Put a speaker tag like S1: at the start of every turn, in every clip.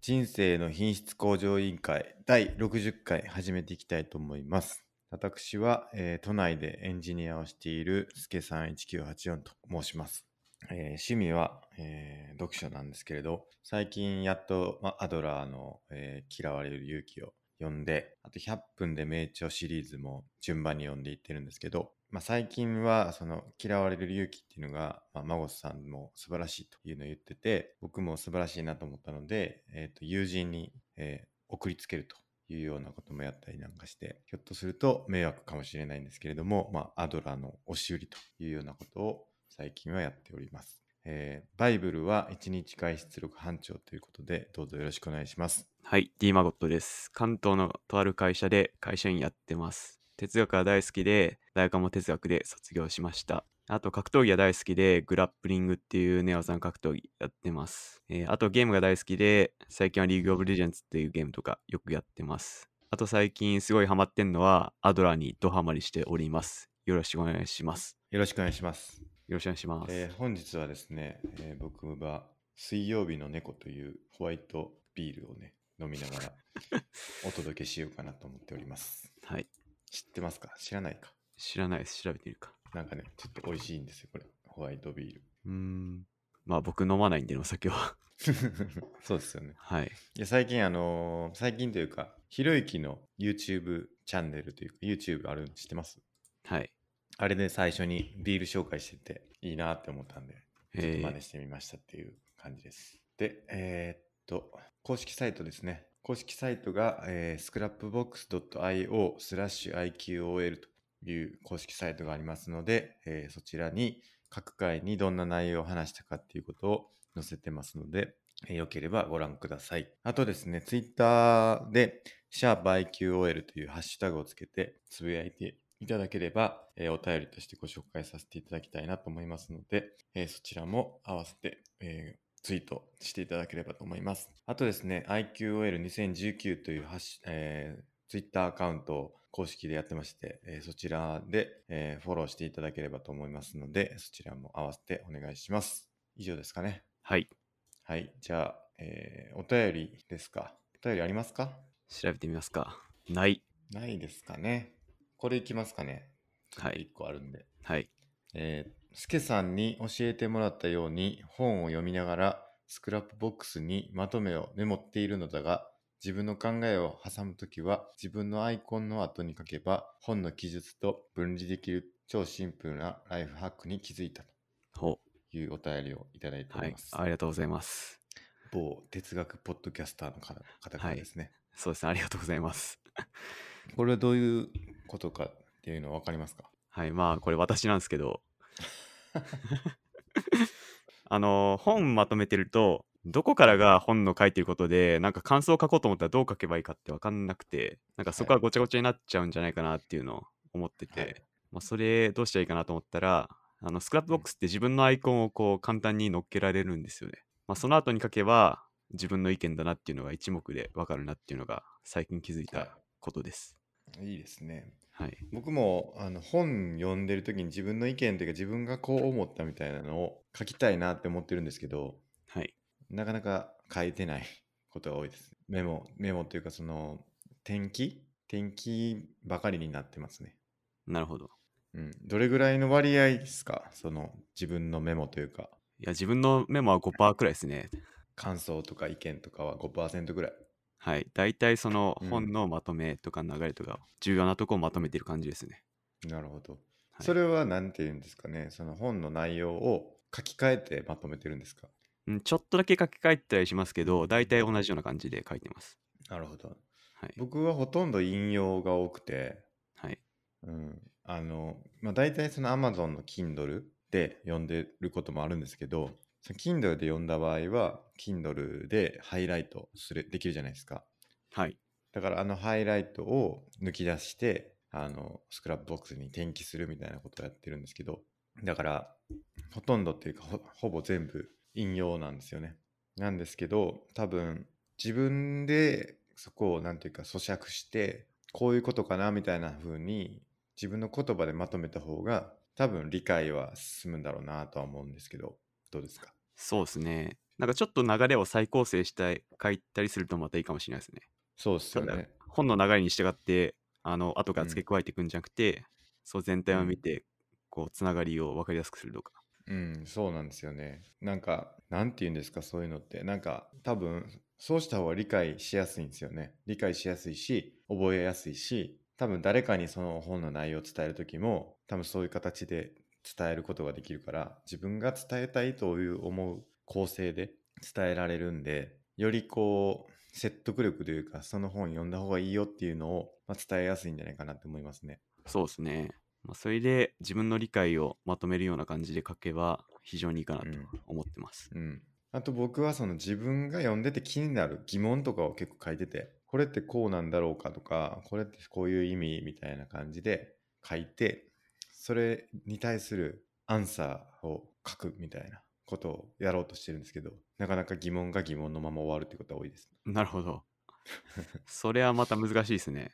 S1: 人生の品質向上委員会第60回始めていきたいと思います。私は、えー都内でエンジニアをしているすけさん1984と申します。えー趣味は、えー読書なんですけれど、最近やっと、ま、アドラーの、えー嫌われる勇気を読んで、あと100分で名著シリーズも順番に読んでいってるんですけど、まあ、最近はその嫌われる勇気っていうのが、まあ、マゴスさんも素晴らしいというのを言ってて、僕も素晴らしいなと思ったので、えーと友人に、えー送りつけると。いうようなこともやったりなんかして、ひょっとすると迷惑かもしれないんですけれども、まあ、アドラーの押し売りというようなことを最近はやっております。えーバイブルは1日外出力班長ということで、どうぞよろしくお願いします。
S2: はい、D マゴットです。関東のとある会社で会社員やってます。哲学は大好きで、大学も哲学で卒業しました。あと格闘技は大好きで、グラップリングっていうネオさん格闘技やってます。えーあとゲームが大好きで、最近はリーグオブレジェンズっていうゲームとかよくやってます。あと最近すごいハマってんのは、アドラーにドハマりしております。よろしくお願いします。
S1: よろしくお願いします。
S2: よろしくお願いします。
S1: えー本日はですね、えー僕は水曜日の猫というホワイトビールをね、飲みな がらお届けしようかなと思っております。
S2: はい、
S1: 知ってますか知らないか
S2: 知らないです。調べてみるか。
S1: なんかね、ちょっと美味しいんですよ、これ。ホワイトビール。
S2: うーん。まあ僕飲まないんでね、お酒は。
S1: そうですよね。
S2: はい。
S1: いや最近あのー最近というか、ひろゆきの YouTube チャンネルというか、YouTube あるの知ってます
S2: はい。
S1: あれで最初にビール紹介してて、いいなって思ったんで、ちょっと
S2: え
S1: 真
S2: ー
S1: 似してみましたっていう感じです。で、えーっと、公式サイトですね。公式サイトが、えー scrapbox.io スラッシュ IQOL という公式サイトがありますので、えーそちらに各回にどんな内容を話したかっていうことを載せてますので、えーよければご覧ください。あとですね、ツイッターで、シャープ i q o l というハッシュタグをつけてつぶやいていただければ、えーお便りとしてご紹介させていただきたいなと思いますので、えーそちらも合わせて、えーツイートしていただければと思います。あとですね、IQOL2019 というハッシュ、えー、ツイッターアカウントを公式でやってまして、えーそちらで、えーフォローしていただければと思いますので、そちらも合わせてお願いします。以上ですかね。
S2: はい。
S1: はい、じゃあ、えーお便りですか。お便りありますか
S2: 調べてみますか。ない。
S1: ないですかね。これいきますかね。
S2: は
S1: 1
S2: い。
S1: 個あるんで。
S2: はい。
S1: えー、スケさんに教えてもらったように本を読みながらスクラップボックスにまとめをメモっているのだが、自分の考えを挟むときは自分のアイコンの後に書けば本の記述と分離できる超シンプルなライフハックに気づいたと
S2: ほ
S1: いうお便りをいただいてお
S2: う。は
S1: り
S2: い
S1: ま。す。
S2: ありがとうございます。
S1: 某哲学ポッドキャスターの方方からですね。
S2: そうですね。ありがとうございます。
S1: これはどういうことかっていうのはわかりますか
S2: はい。まあ、これ私なんですけど。 あの、本まとめてると、どこからが本の書いてることで、なんか感想を書こうと思ったらどう書けばいいかって分かんなくて、なんかそこはごちゃごちゃになっちゃうんじゃないかなっていうのを思ってて、
S1: はい
S2: まあ、それどうしたらいいかなと思ったら、あのスクラップボックスって自分のアイコンをこう簡単に乗っけられるんですよね。まあ、その後に書けば自分の意見だなっていうのが一目で分かるなっていうのが最近気づいたことです。
S1: いいですね。
S2: はい。
S1: 僕もあの本読んでる時に自分の意見というか自分がこう思ったみたいなのを書きたいなって思ってるんですけど
S2: はい。
S1: なかなか書いてないことが多いですメモメモというかその転記転記ばかりになってますね
S2: なるほど。
S1: うんどれぐらいの割合ですかその自分のメモというか
S2: いや、自分のメモは5%くらいですね。
S1: 感想とか意見とかは5%ぐらい
S2: はい。大体その
S1: うん
S2: 本のまとめとか流れとか、重要なとこをまとめてる感じですね。
S1: なるほど、
S2: はい
S1: それは何て言うんですかねその本の内容を書き換えてまとめてるんですか
S2: うん、ちょっとだけ書き換えたりしますけど、大体同じような感じで書いてます。
S1: なるほど
S2: はい。
S1: 僕はほとんど引用が多くて
S2: はい。
S1: うん、あの、まあ、大体その Amazon の Kindle で読んでることもあるんですけど、その Kindle で読んだ場合は、Kindle でハイライトするできるじゃないですか。
S2: はい。
S1: だからあのハイライトを抜き出して、あの、スクラップボックスに転記するみたいなことをやってるんですけど、だから、ほとんどっていうかほ、ほぼ全部引用なんですよね。なんですけど、多分、自分でそこを、なんていうか、咀嚼して、こういうことかな、みたいな風に、自分の言葉でまとめた方が、多分理解は進むんだろうなとは思うんですけど、どうですか
S2: そうですね。なんかちょっと流れを再構成して書いたりするとまたいいかもしれないですね。
S1: そうですよ
S2: そうだ
S1: ね。
S2: 本の流れに従って、あの、後から付け加えていくんじゃなくて、そう全体を見て、こう、つながりを分かりやすくするとか。
S1: うん、そうなんですよね。なんか、なんて言うんですか、そういうのって。なんか、多分、そうした方が理解しやすいんですよね。理解しやすいし、覚えやすいし、多分誰かにその本の内容を伝える時も、多分そういう形で伝えることができるから、自分が伝えたいという思う構成で伝えられるんで、よりこう、説得力というか、その本読んだ方がいいよっていうのを、まあ伝えやすいんじゃないかなって思いますね。
S2: そうですね。まあ、それで自分の理解をまとめるような感じで書けば非常にいいかなと
S1: うん
S2: 思ってます。
S1: うん、あと僕はその自分が読んでて気になる疑問とかを結構書いててこれってこうなんだろうかとかこれってこういう意味みたいな感じで書いてそれに対するアンサーを書くみたいなことをやろうとしてるんですけどなかなか疑問が疑問のまま終わるってことは多いです。
S2: なるほ ど。それはまた難しいですね。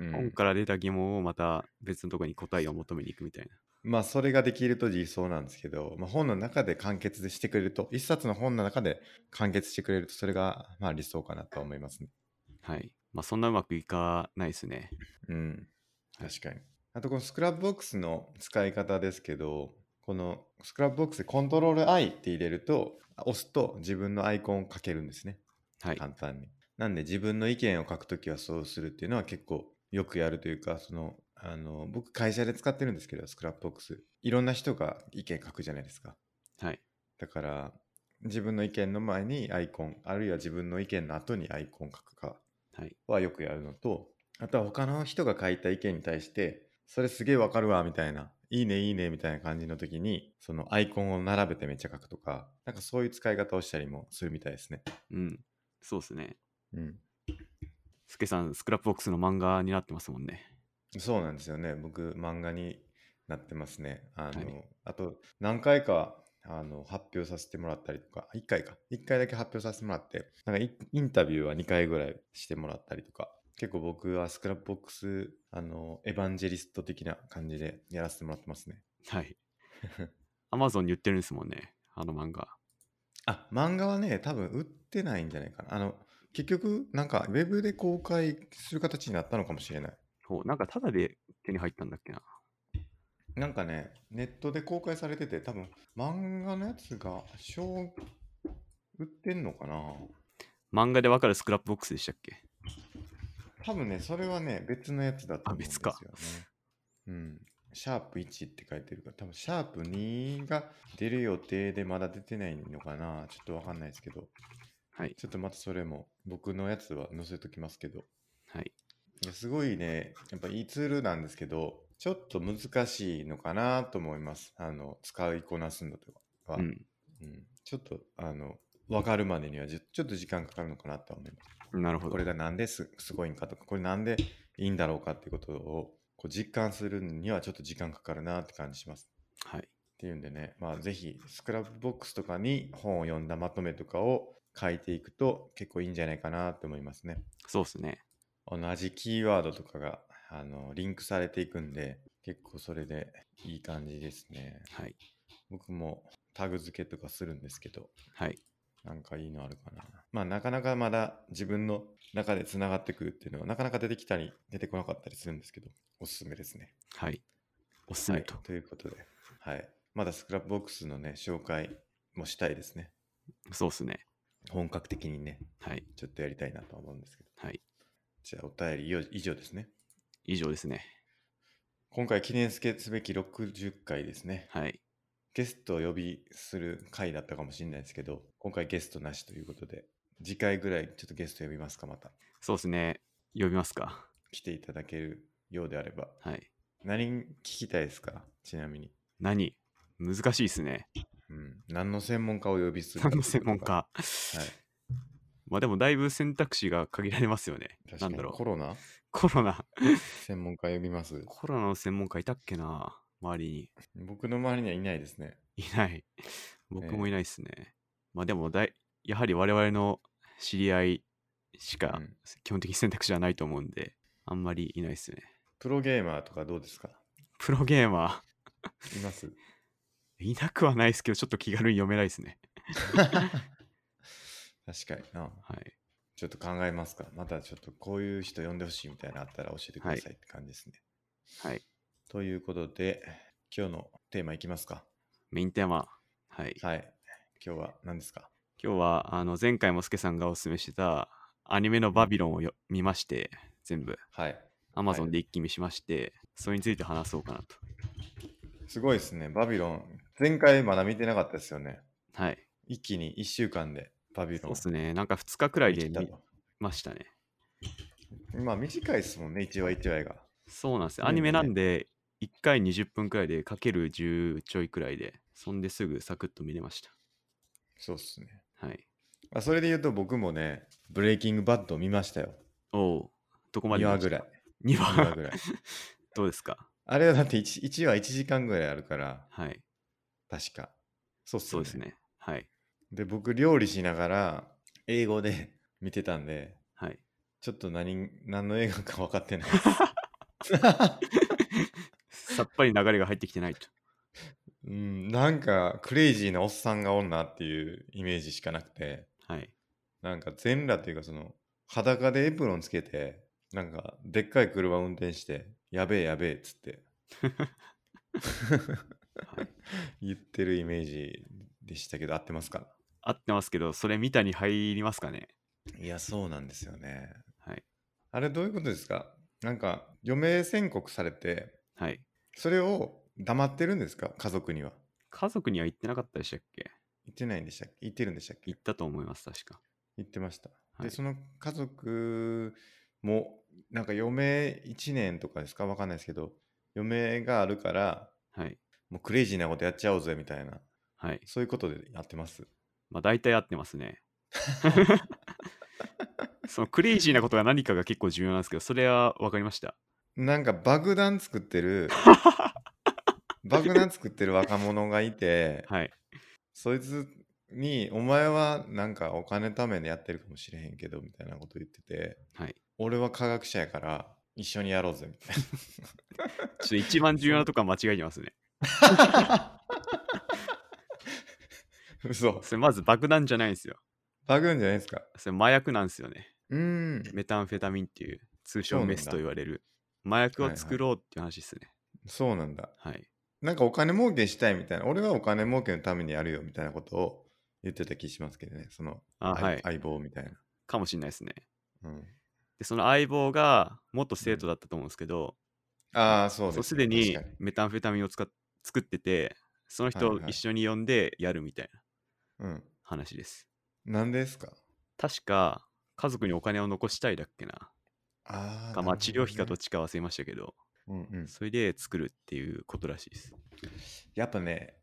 S1: うん
S2: 本から出た疑問をまた別のところに答えを求めに行くみたいな。
S1: まあそれができると理想なんですけど、まあ、本の中で完結してくれると一冊の本の中で完結してくれるとそれがまあ理想かなとは思いますね。
S2: はい。まあそんなうまくいかないですね。
S1: うん、
S2: はい
S1: 確かに。あとこのスクラップボックスの使い方ですけど、このスクラップボックスでコントロール I って入れると、押すと自分のアイコンを書けるんですね、
S2: はい。
S1: 簡単に。なんで自分の意見を書くときはそうするっていうのは結構よくやるというか、その、あの、僕会社で使ってるんですけど、スクラップボックス。いろんな人が意見書くじゃないですか。
S2: はい。
S1: だから、自分の意見の前にアイコン、あるいは自分の意見の後にアイコン書くか
S2: はい。
S1: はよくやるのとあとは他の人が書いた意見に対してそれすげえわかるわみたいないいねいいねみたいな感じの時にそのアイコンを並べてめっちゃ書くとかなんかそういう使い方をしたりもするみたいですね
S2: うん。そうですね。
S1: うん
S2: すけさん、スクラップボックスの漫画になってますもんね。
S1: そうなんですよね僕漫画になってますねあの、
S2: はい
S1: あと何回かあの発表させてもらったりとか1回か1回だけ発表させてもらってなんかイインタビューは2回ぐらいしてもらったりとか結構僕はスクラップボックスあのエヴァンジェリスト的な感じでやらせてもらってますね
S2: はい。アマゾンに売ってるんですもんね。あの漫画。
S1: あ、漫画はね、多分売ってないんじゃないかな。あの、結局、なんか、ウェブで公開する形になったのかもしれない。
S2: ほう。なんかタダで手に入ったんだっけな。
S1: なんかね、ネットで公開されてて、多分漫画のやつが、小、売ってんのかな
S2: 漫画でわかるスクラップボックスでしたっけ
S1: 多分ね、それはね、別のやつだと思うんですよ、ね。
S2: あ
S1: うん。シャープ1って書いてるから、多分シャープ2が出る予定でまだ出てないのかな。ちょっとわかんないですけど、
S2: はい。
S1: ちょっとまたそれも、僕のやつは載せときますけど。
S2: はい。
S1: いやすごいね、やっぱいいツールなんですけど、ちょっと難しいのかなと思います。あの、使いこなすのとかは。
S2: うん。
S1: うんちょっと、あの、わかるまでにはじちょっと時間かかるのかなとは思います。
S2: なるほど。
S1: これがなんですすごいんかとか、これなんでいいんだろうかっていうことをこう実感するにはちょっと時間かかるなって感じします。
S2: はい。
S1: っていうんでね、まあ、ぜひスクラップボックスとかに本を読んだまとめとかを書いていくと結構いいんじゃないかなって思いますね。
S2: そうですね。
S1: 同じキーワードとかがあのリンクされていくんで結構それでいい感じですね
S2: はい。
S1: 僕もタグ付けとかするんですけど
S2: はい。
S1: なんかいいのあるかなまあなかなかまだ自分の中でつながってくるっていうのはなかなか出てきたり出てこなかったりするんですけどおすすめですね
S2: はい。おすすめと。
S1: はい、ということで、はい、まだスクラップボックスのね紹介もしたいですね
S2: そうですね。
S1: 本格的にね
S2: はい。
S1: ちょっとやりたいなと思うんですけど
S2: はい。
S1: じゃあお便りよ以上ですね
S2: 以上ですね。
S1: 今回記念すべき60回ですね
S2: はい。
S1: ゲストを呼びする回だったかもしれないですけど、今回ゲストなしということで、次回ぐらいちょっとゲスト呼びますか、また。
S2: そうですね。呼びますか。
S1: 来ていただけるようであれば。
S2: はい。
S1: 何聞きたいですかちなみに。
S2: 何難しいですね。
S1: うん。何の専門家を呼びするか
S2: 何の専門。
S1: は
S2: 家。まあでもだいぶ選択肢が限られますよね
S1: い。。確
S2: な
S1: か
S2: ん
S1: に
S2: だろ
S1: コ
S2: う。
S1: ロナ
S2: コロナ。
S1: 専門家呼びます
S2: コロナの専門家いたっけな周りに。
S1: 僕の周りにはいないですね。
S2: いない。僕もいない ですね。まあでもだい、やはり我々の知り合いしか
S1: うん
S2: 基本的に選択肢はないと思うんで、あんまりいないですね。
S1: プロゲーマーとかどうですか
S2: プロゲーマ
S1: います
S2: ー、いなくはないですけど、ちょっと気軽に読めないですね。
S1: 確かにな。
S2: はい。
S1: ちょっと考えますか。またちょっとこういう人呼んでほしいみたいなのあったら教えてくださいって感じですね。
S2: はい。
S1: ということで、今日のテーマいきますか。
S2: メインテーマ。はい。
S1: はい。今日は何ですか
S2: 今日は、あの、前回もすけさんがおすすめしてた、アニメのバビロンをよ見まして、全部、
S1: はい。
S2: Amazon で一気見しまして、それについて話そうかなと。
S1: すごいですね。バビロン。前回まだ見てなかったですよね。
S2: はい。
S1: 一気に1週間でバビ
S2: そ
S1: ロ
S2: う
S1: ン
S2: ですね。なんか2日くらいで
S1: 見た
S2: 見
S1: と。
S2: ましたね。
S1: まあ短いですもんね、1話1話が。
S2: そうなんですよ。
S1: ね
S2: アニメなんで、1回20分くらいで、かける10ちょいくらいで、そんですぐサクッと見れまし
S1: そうですね。
S2: た。はい。
S1: まあ、それで言うと僕もね、ブレイキングバッドを見ましたよ。
S2: おお、どこまで
S1: 2
S2: 見ま
S1: 話
S2: した
S1: ぐらい。2話ぐ
S2: 2話
S1: らい。
S2: どうですか
S1: あれはだって 1, 1話1時間ぐらいあるから、
S2: はい。
S1: 確か。そうっす
S2: そ
S1: よね。
S2: うですね。はい。
S1: で、僕、料理しながら、英語で 見てたんで、
S2: はい。
S1: ちょっと何、何の映画か分か ってない です。
S2: さっぱり流れが入ってきてないと。
S1: うん、なんか、クレイジーなおっさんがおんなっていうイメージしかなくて、
S2: はい。
S1: なんか全裸っていうか、その、裸でエプロンつけて、なんか、でっかい車運転して、やべえやべえっつって、
S2: はい、
S1: 言ってるイメージでしたけど、合ってますか
S2: 合ってますけど、それ見たに入りますかね。
S1: いや、そうなんですよね。
S2: はい。
S1: あれ、どういうことですかなんか、余命宣告されて、
S2: はい。
S1: それを黙ってるんですか家族には。
S2: 家族には言ってなかったでしたっけ
S1: 言ってないんでしたっけ言ってるんでしたっけ
S2: 言ったと思います、確か。
S1: 言ってました。
S2: はい
S1: で、その家族も、なんか余命1年とかですかわかんないですけど、余命があるから、
S2: はい。
S1: もうクレイジーなことやっちゃおうぜみたいな、
S2: はい。
S1: そういうことでやってます。
S2: まあ大体合ってますね。 そのクレイジーなことが何かが結構重要なんですけど、それは分かりました。
S1: なんか爆弾作って る、爆弾作ってる若者がいて、
S2: はい。
S1: そいつに、お前はなんかお金ためでやってるかもしれへんけど、みたいなこと言ってて、
S2: はい。
S1: 俺は科学者やから一緒にやろうぜみたい
S2: ちょっと一番重要なとこは間違えてますね。
S1: な嘘
S2: それまず爆弾じゃないんですよ。
S1: バグるんじゃないですか
S2: それ麻薬なんですよね。
S1: うーん
S2: メタンフェタミンっていう通
S1: そう
S2: 称
S1: なんだ
S2: メスと言われる麻薬
S1: はい
S2: を
S1: はい
S2: 作ろうっていう話ですね。
S1: そうなんだ
S2: はい、
S1: なんかお金儲けしたいみたいな俺はお金儲けのためにやるよみたいなことを言ってた気しますけどねその
S2: あ
S1: 相
S2: はい。
S1: 相棒みたい
S2: かもしれないですね。
S1: な、うん、
S2: で、その相棒が元生徒だったと思うんですけど、
S1: ああそうです
S2: そう
S1: ね
S2: すでに
S1: 確か
S2: メタンフェタミンを使っ作ってて、その人
S1: はい
S2: を
S1: はい
S2: 一緒に呼んでやるみたいな
S1: うん
S2: 話です。
S1: なんでですか
S2: 確か、家族にお金を残したいだっけな。
S1: ああ
S2: かまあ、治療費かど
S1: と
S2: っちか忘れましたけど、
S1: うんうん、
S2: それで作るっていうことらしいです。
S1: やっぱね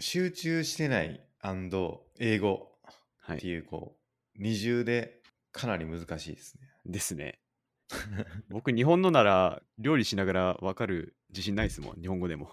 S1: 集中してない英語
S2: は
S1: って
S2: い。
S1: いうこう二重でかなり難しいですね
S2: で すね。僕、日本のなら料理しながら分かる自信ないですもん、日本語でも。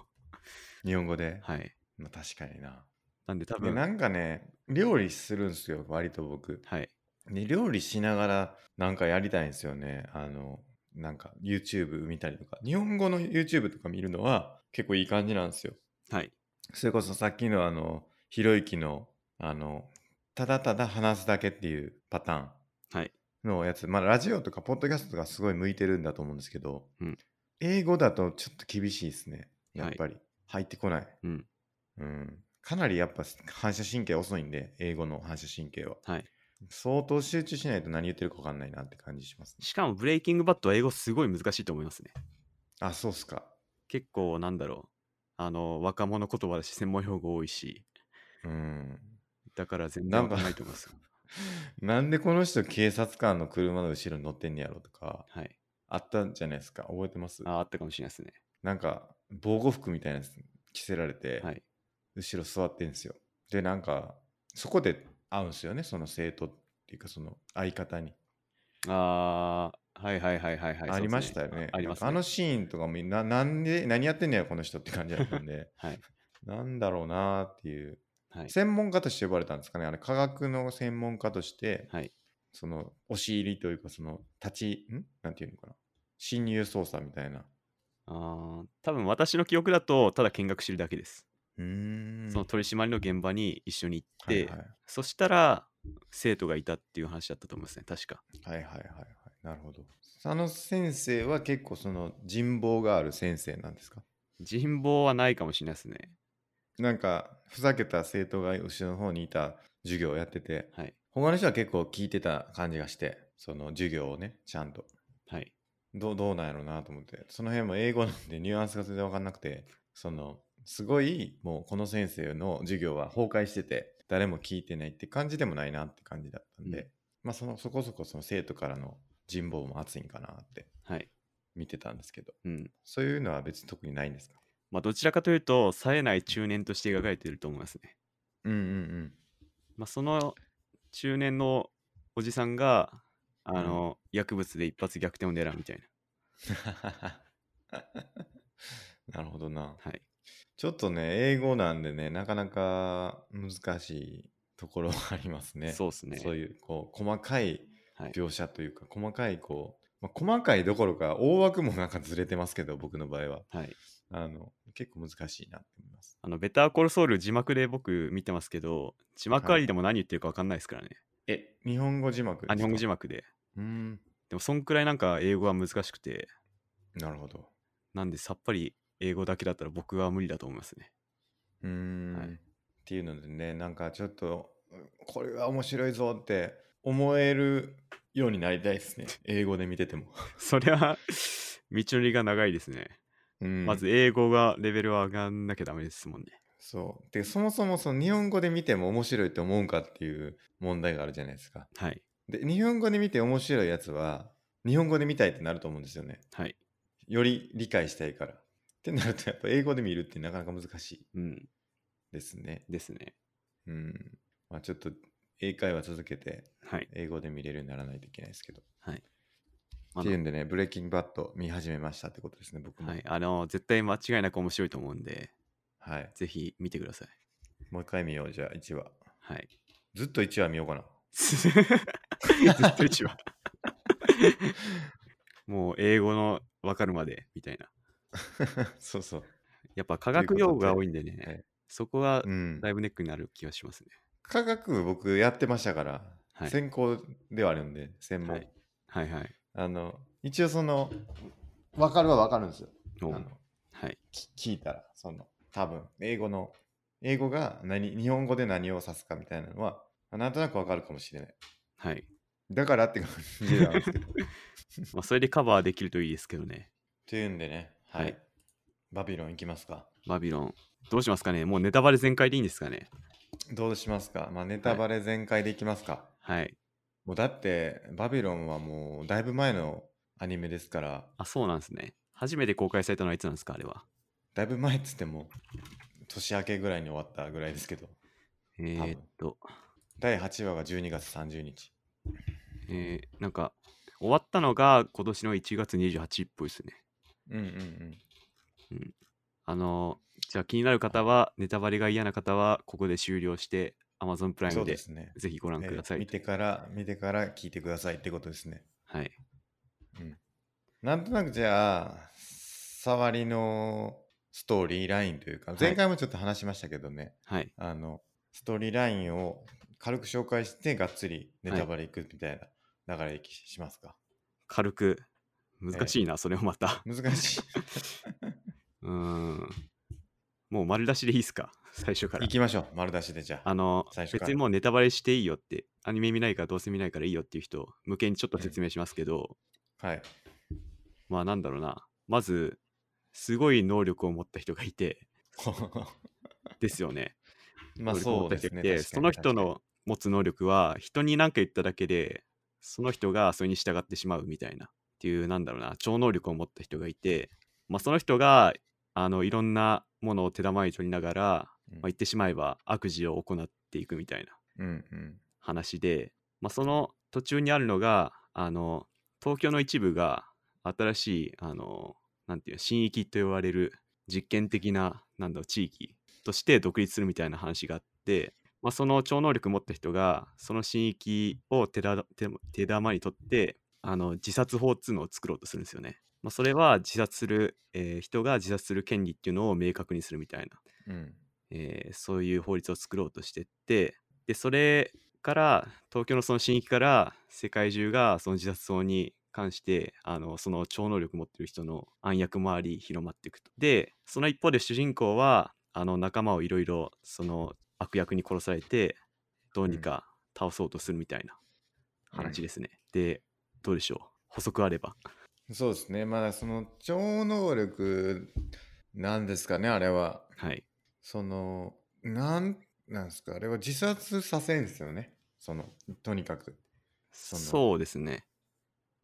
S1: 日本語で、
S2: はい。
S1: まあ、確かにな
S2: なんで多
S1: で
S2: 分、
S1: なんかね料理するんですよ割と僕
S2: はい。
S1: で料理しながらなんかやりたいんですよねあのなんか YouTube 見たりとか日本語の YouTube とか見るのは結構いい感じなんですよ
S2: はい。
S1: それこそさっきのあのひろゆきのあのただただ話すだけっていうパターン
S2: はい。
S1: のやつ、まあ、ラジオとかポッドキャストとかすごい向いてるんだと思うんですけど、
S2: うん
S1: 英語だとちょっと厳しいですねやっぱり、入ってこない、
S2: うん
S1: うんかなりやっぱ反射神経遅いんで英語の反射神経は
S2: はい。
S1: 相当集中しないと何言ってるか分かんないなって感じします、ね、
S2: しかも、ブレイキングバットは英語すごい難しいと思いますね。
S1: あそうっすか
S2: 結構、なんだろう。あの、若者言葉だし、専門用語多いし、
S1: うん
S2: だから全
S1: な
S2: 然
S1: ん
S2: わ
S1: か
S2: かんないと思いますよ。
S1: なんでこの人警察官の車の後ろに乗ってんねやろとか
S2: はい。
S1: あったんじゃないですか覚えてます
S2: ああったかもしれないですね。
S1: なんか防護服みたいなやつ着せられて、
S2: はい。
S1: 後ろ座ってんですよ。で、なんか、そこで会うんですよね、その生徒っていうか、その相方に。
S2: ああ、はいはいはいはいはい。
S1: ありました
S2: そ
S1: よ
S2: うです
S1: ね。
S2: ああります、ね。
S1: なんかあのシーンとかもな、なんで、何やってんねや、この人って感じだったんで、
S2: はい。
S1: なんだろうなーっていう。
S2: はい。
S1: 専門家として呼ばれたんですかね、あれ、科学の専門家として、
S2: はい。
S1: その、押し入りというか、その、立ち、んなんていうのかな。侵入捜査みたいな。
S2: あー多分私の記憶だと、ただ見学してるだけです。
S1: うーん。
S2: その取り締まりの現場に一緒に行って、
S1: はいはい
S2: そしたら、生徒がいたっていう話だったと思いますね確か
S1: はいはいはいはい。なるほど。佐野先生は結構その人望がある先生なんですか
S2: 人望はないかもしれないですね
S1: なんか、ふざけた生徒が後ろの方にいた授業をやってて、
S2: はい
S1: 他の人は結構聞いてた感じがして、その授業をね、ちゃんと。
S2: はい
S1: どうどうなんやろうなと思って、その辺も英語なんでニ ュアンスが全然わかんなくて、その、すごい、もうこの先生の授業は崩壊してて、誰も聞いてないって感じでもないなって感じだったんで、
S2: うん
S1: まあその、そこそこその生徒からの人望も厚いんかなって
S2: はい
S1: 見てたんですけど、
S2: うん
S1: そういうのは別に特にないんですか
S2: まあどちらかというと冴えない中年として描かれていると思いますね
S1: うんうん
S2: まあ、その中年のおじさんがあの、薬物で一発逆転を狙うみたいな、
S1: うん。 なるほどな。
S2: はい、
S1: ちょっとね、英語なんでね、なかなか難しいところはありますね。
S2: そうですね
S1: そういうこう細かい
S2: はい
S1: 描写というか、細かいこう、まあ、細かいどころか大枠もなんかずれてますけど僕の場合は
S2: はい、
S1: あの結構難しいなって思います。
S2: あのベターコールソウル字幕で僕見てますけど字幕ありでも何言ってるか分かんないですからね、
S1: え日本語字幕ですか
S2: あ日本語字幕で
S1: うーん
S2: でもそんくらいなんか英語は難しくて
S1: なるほど。
S2: なんでさっぱり英語だけだったら僕は無理だと思いますね
S1: うーん、
S2: はい
S1: っていうのでねなんかちょっとこれは面白いぞって思えるようになりたいですね英語で見て ても。
S2: それは道のりが長いですね、
S1: うん
S2: まず英語がレベルは上がんなきゃダメですもんね
S1: そうでそもそもその日本語で見ても面白いって思うんかっていう問題があるじゃないですか。
S2: はい
S1: で日本語で見て面白いやつは日本語で見たいってなると思うんですよね。
S2: はい
S1: より理解したいから。ってなるとやっぱ英語で見るってなかなか難しい
S2: うん
S1: ですね。
S2: ですね
S1: うん。まあちょっと英会話続けて
S2: はい
S1: 英語で見れるようにならないといけないですけど。
S2: はい
S1: っ
S2: あ
S1: てい
S2: の
S1: うんでね、ブレイキングバット見始めましたってことですね、僕も。
S2: はい、あの絶対間違いなく面白いと思うんで、
S1: はい。
S2: ぜひ見てください。
S1: もう一回見よう、じゃあ1話。
S2: はい。
S1: ずっと1話見ようかな。
S2: ずっと一話。もう英語の分かるまでみたいな。
S1: そうそう。
S2: やっぱ科学用語が多いんでね、
S1: はい
S2: そこは
S1: うん
S2: だ。いぶネックになる気がしますね。
S1: 科学部僕やってましたから、
S2: はい
S1: 専攻ではあるんで、専門。
S2: はいはいはい。
S1: あの、一応その、わかるはわかるんですよ。あ
S2: お
S1: の
S2: はい
S1: き聞いたら、その、多分、英語の、英語が何、日本語で何を指すかみたいなのは、なんとなくわかるかもしれない。
S2: はい。
S1: だからって感じなんですけ ど。っ
S2: まあ、それでカバーできるといいですけどね。
S1: ていうんでね、はい。
S2: はい
S1: バビロン行きますか。
S2: バビロン。どうしますかねもうネタバレ全開でいいんですかね
S1: どうしますかまあ、ネタバレ全開でいきますか。
S2: はい。
S1: もうだって、バビロンはもう、だいぶ前のアニメですから、
S2: あ、そうなんですね。初めて公開されたのはいつなんですかあれは。
S1: だいぶ前っつっても、年明けぐらいに終わったぐらいですけど、
S2: えー、っと。
S1: 第8話が12月30日。
S2: えーなんか終わったのが今年の1月28日っぽいですね。
S1: うんうんうん。
S2: あのーじゃあ気になる方は、ネタバレが嫌な方は、ここで終了して、Amazon プライ
S1: そ
S2: ム
S1: うで
S2: です
S1: ね。
S2: ぜひご覧
S1: えー
S2: ください。
S1: 見てから、見てから聞いてくださいってことですね。
S2: はい。
S1: うん。なんとなくじゃあ、触りのストーリーラインというか、
S2: い
S1: 前回もちょっと話しましたけどね、
S2: はい。
S1: あの、ストーリーラインを軽く紹介して、がっつりネタバレいくみたいな流れ行きしますか。
S2: 軽く。難しいな、それをまた。
S1: 難しい。
S2: うーん。もう丸出しでいいですか最初から
S1: 行。きましょう。丸出しでじゃあ。
S2: あの
S1: 最、初から
S2: 別にもうネタバレしていいよって、アニメ見ないからどうせ見ないからいいよっていう人向けにちょっと説明しますけど、
S1: はい。
S2: まあなんだろうな。まず、すごい能力を持った人がいて、ですよね。
S1: まあ
S2: 能
S1: そ
S2: 力を持
S1: うで
S2: った
S1: す
S2: 人が
S1: ね。
S2: いて
S1: 確か
S2: そ
S1: に
S2: の人。の持つ能力は人に何か言っただけでその人がそれに従ってしまうみたいなっていうなんだろうな超能力を持った人がいて、まあ、その人があのいろんなものを手玉に取りながら、
S1: うん
S2: まあ、言ってしまえば悪事を行っていくみたいな
S1: うんうん。
S2: 話で、まあ、その途中にあるのがあの東京の一部が新しいあのなんていうの新域と呼ばれる実験的ななんだろう地域として独立するみたいな話があって、まあ、その超能力持った人がその新域を手だ手手玉に取ってあの自殺法っつうのを作ろうとするんですよね。まあ、それは自殺する、えー人が自殺する権利っていうのを明確にするみたいな
S1: うん。
S2: えーそういう法律を作ろうとしてってでそれから東京のその神域から世界中がその自殺症に関してあのその超能力持ってる人の暗躍もあり広まっていくと。でその一方で主人公はあの仲間をいろいろその悪役に殺されてどうにか倒そうとするみたいな話ですね。でどうでしょう補足あれば。
S1: そうですね。まだその超能力なんですかね、あれは。
S2: はい
S1: その、なん、なんですか、あれは自殺させんですよね。その、とにかく。
S2: そ
S1: の
S2: うですね。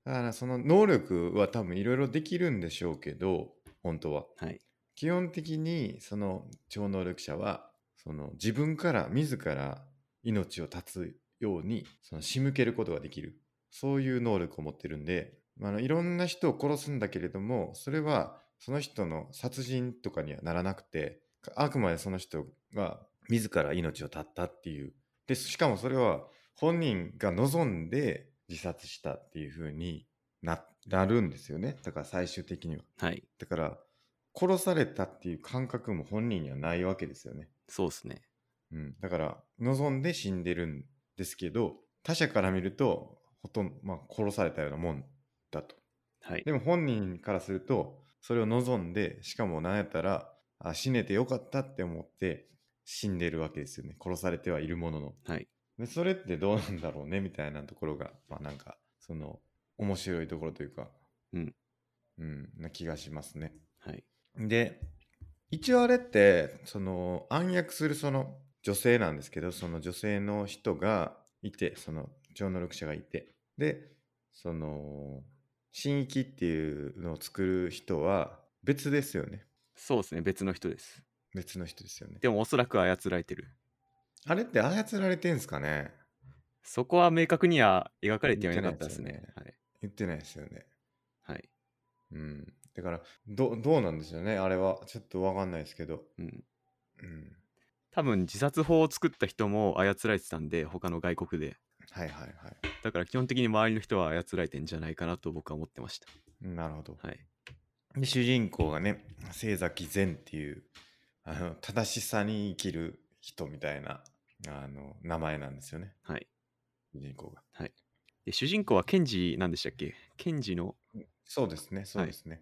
S1: だからその能力は多分いろいろできるんでしょうけど、本当は。
S2: はい
S1: 基本的にその超能力者はその自分から自ら命を絶つようにその仕向けることができるそういう能力を持ってるんであのいろんな人を殺すんだけれどもそれはその人の殺人とかにはならなくてあくまでその人が自ら命を絶ったっていうでしかもそれは本人が望んで自殺したっていうふうにななるんですよねだから最終的には。
S2: はい
S1: だから殺されたっていう感覚も本人にはないわけですよね。
S2: そうですね。
S1: うん、だから望んで死んでるんですけど他者から見るとほとんど、まあ、殺されたようなもんだと。
S2: はい
S1: でも本人からするとそれを望んでしかも何やったらあ死ねてよかったって思って死んでるわけですよね殺されてはいるものの。
S2: はい
S1: でそれってどうなんだろうねみたいなところがまあなんかその面白いところというか、
S2: うん
S1: うん、な気がしますね。
S2: はい
S1: で一応あれってその暗躍するその女性なんですけどその女性の人がいてその超能力者がいてでその神域っていうのを作る人は別ですよね
S2: そうですね別の人です。
S1: 別の人ですよね
S2: でもおそらく操られてる。
S1: あれって操られてんすかね
S2: そこは明確には描かれてはいなかったです
S1: 言っ
S2: ね
S1: て。言ってないですよね
S2: はい。はい。
S1: うんだからどどうなんですよねあれはちょっとわかんないですけど
S2: うん。
S1: うん
S2: 多分自殺法を作った人も操られてたんで、他の外国で。
S1: はいはいはい
S2: だから基本的に周りの人は操られてんじゃないかなと僕は思ってました。
S1: なるほど
S2: はい。
S1: で主人公がね清崎善っていうあの正しさに生きる人みたいなあの名前なんですよね
S2: はい。
S1: 主人公が
S2: で、主人公はケンジなんでしたっけケンジの。
S1: そうですねそうですね、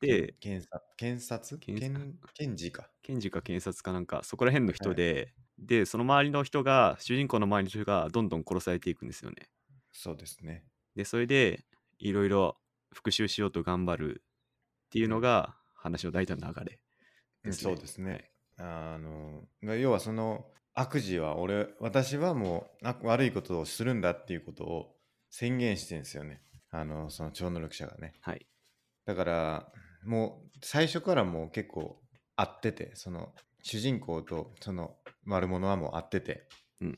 S2: で、
S1: 検察検察
S2: 検
S1: 検検事か
S2: ケンジか検察かなんか、そこら辺の人で、で、その周りの人が、主人公の周りの人がどんどん殺されていくんですよね。
S1: そうですね
S2: で、それで、いろいろ復讐しようと頑張るっていうのが、話の大体の流れ
S1: うん
S2: ですね。
S1: そうですねあのが要はその悪事は俺私はもう悪悪いことをするんだっていうことを宣言してるんですよねあのその超能力者がね
S2: はい。はい。
S1: だからもう最初からもう結構合っててその主人公とその悪者はもう合ってて、
S2: うん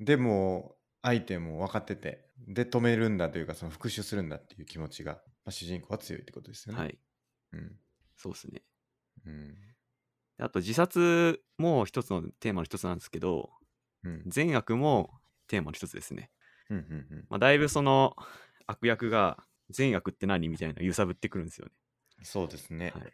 S1: でも相手も分かっててで止めるんだというかその復讐するんだっていう気持ちが、まあ、主人公は強いってことですよね。
S2: はい。
S1: うん
S2: そうですね。
S1: うん
S2: あと自殺も一つのテーマの一つなんですけど、
S1: うん
S2: 善悪もテーマの一つですね。
S1: うんうんうん
S2: まあ、だいぶその悪役が善悪って何みたいなのを揺さぶってくるんですよね。
S1: そうですね。
S2: はい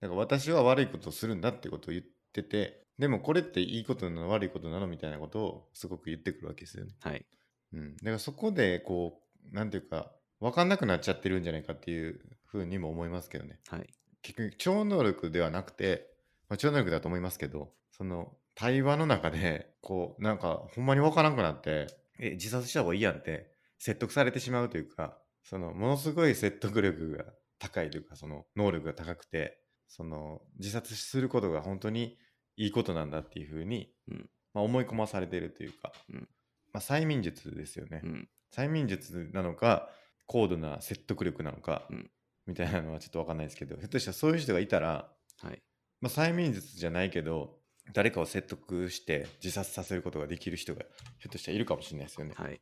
S1: だから私は悪いことをするんだってことを言っててでもこれっていいことなの悪いことなのみたいなことをすごく言ってくるわけですよね。
S2: はい。
S1: うん、だからそこでこうなんていうか分かんなくなっちゃってるんじゃないかっていうふうにも思いますけどね
S2: はい。
S1: 結局超能力ではなくて、まあ、超能力だと思いますけどその対話の中でこうなんかほんまに分からなくなってえ自殺した方がいいやんって説得されてしまうというかそのものすごい説得力が高いというかその能力が高くてその自殺することが本当にいいことなんだっていうふうに、
S2: うん
S1: まあ、思い込まされてるというか、
S2: うん
S1: まあ、催眠術ですよね。
S2: うん。
S1: 催眠術なのか高度な説得力なのか、
S2: うん
S1: みたいなのはちょっと分かんないですけどひょっとしたらそういう人がいたら、
S2: はい。
S1: まあ、催眠術じゃないけど誰かを説得して自殺させることができる人がひょっとしたらいるかもしれないですよね。
S2: はい。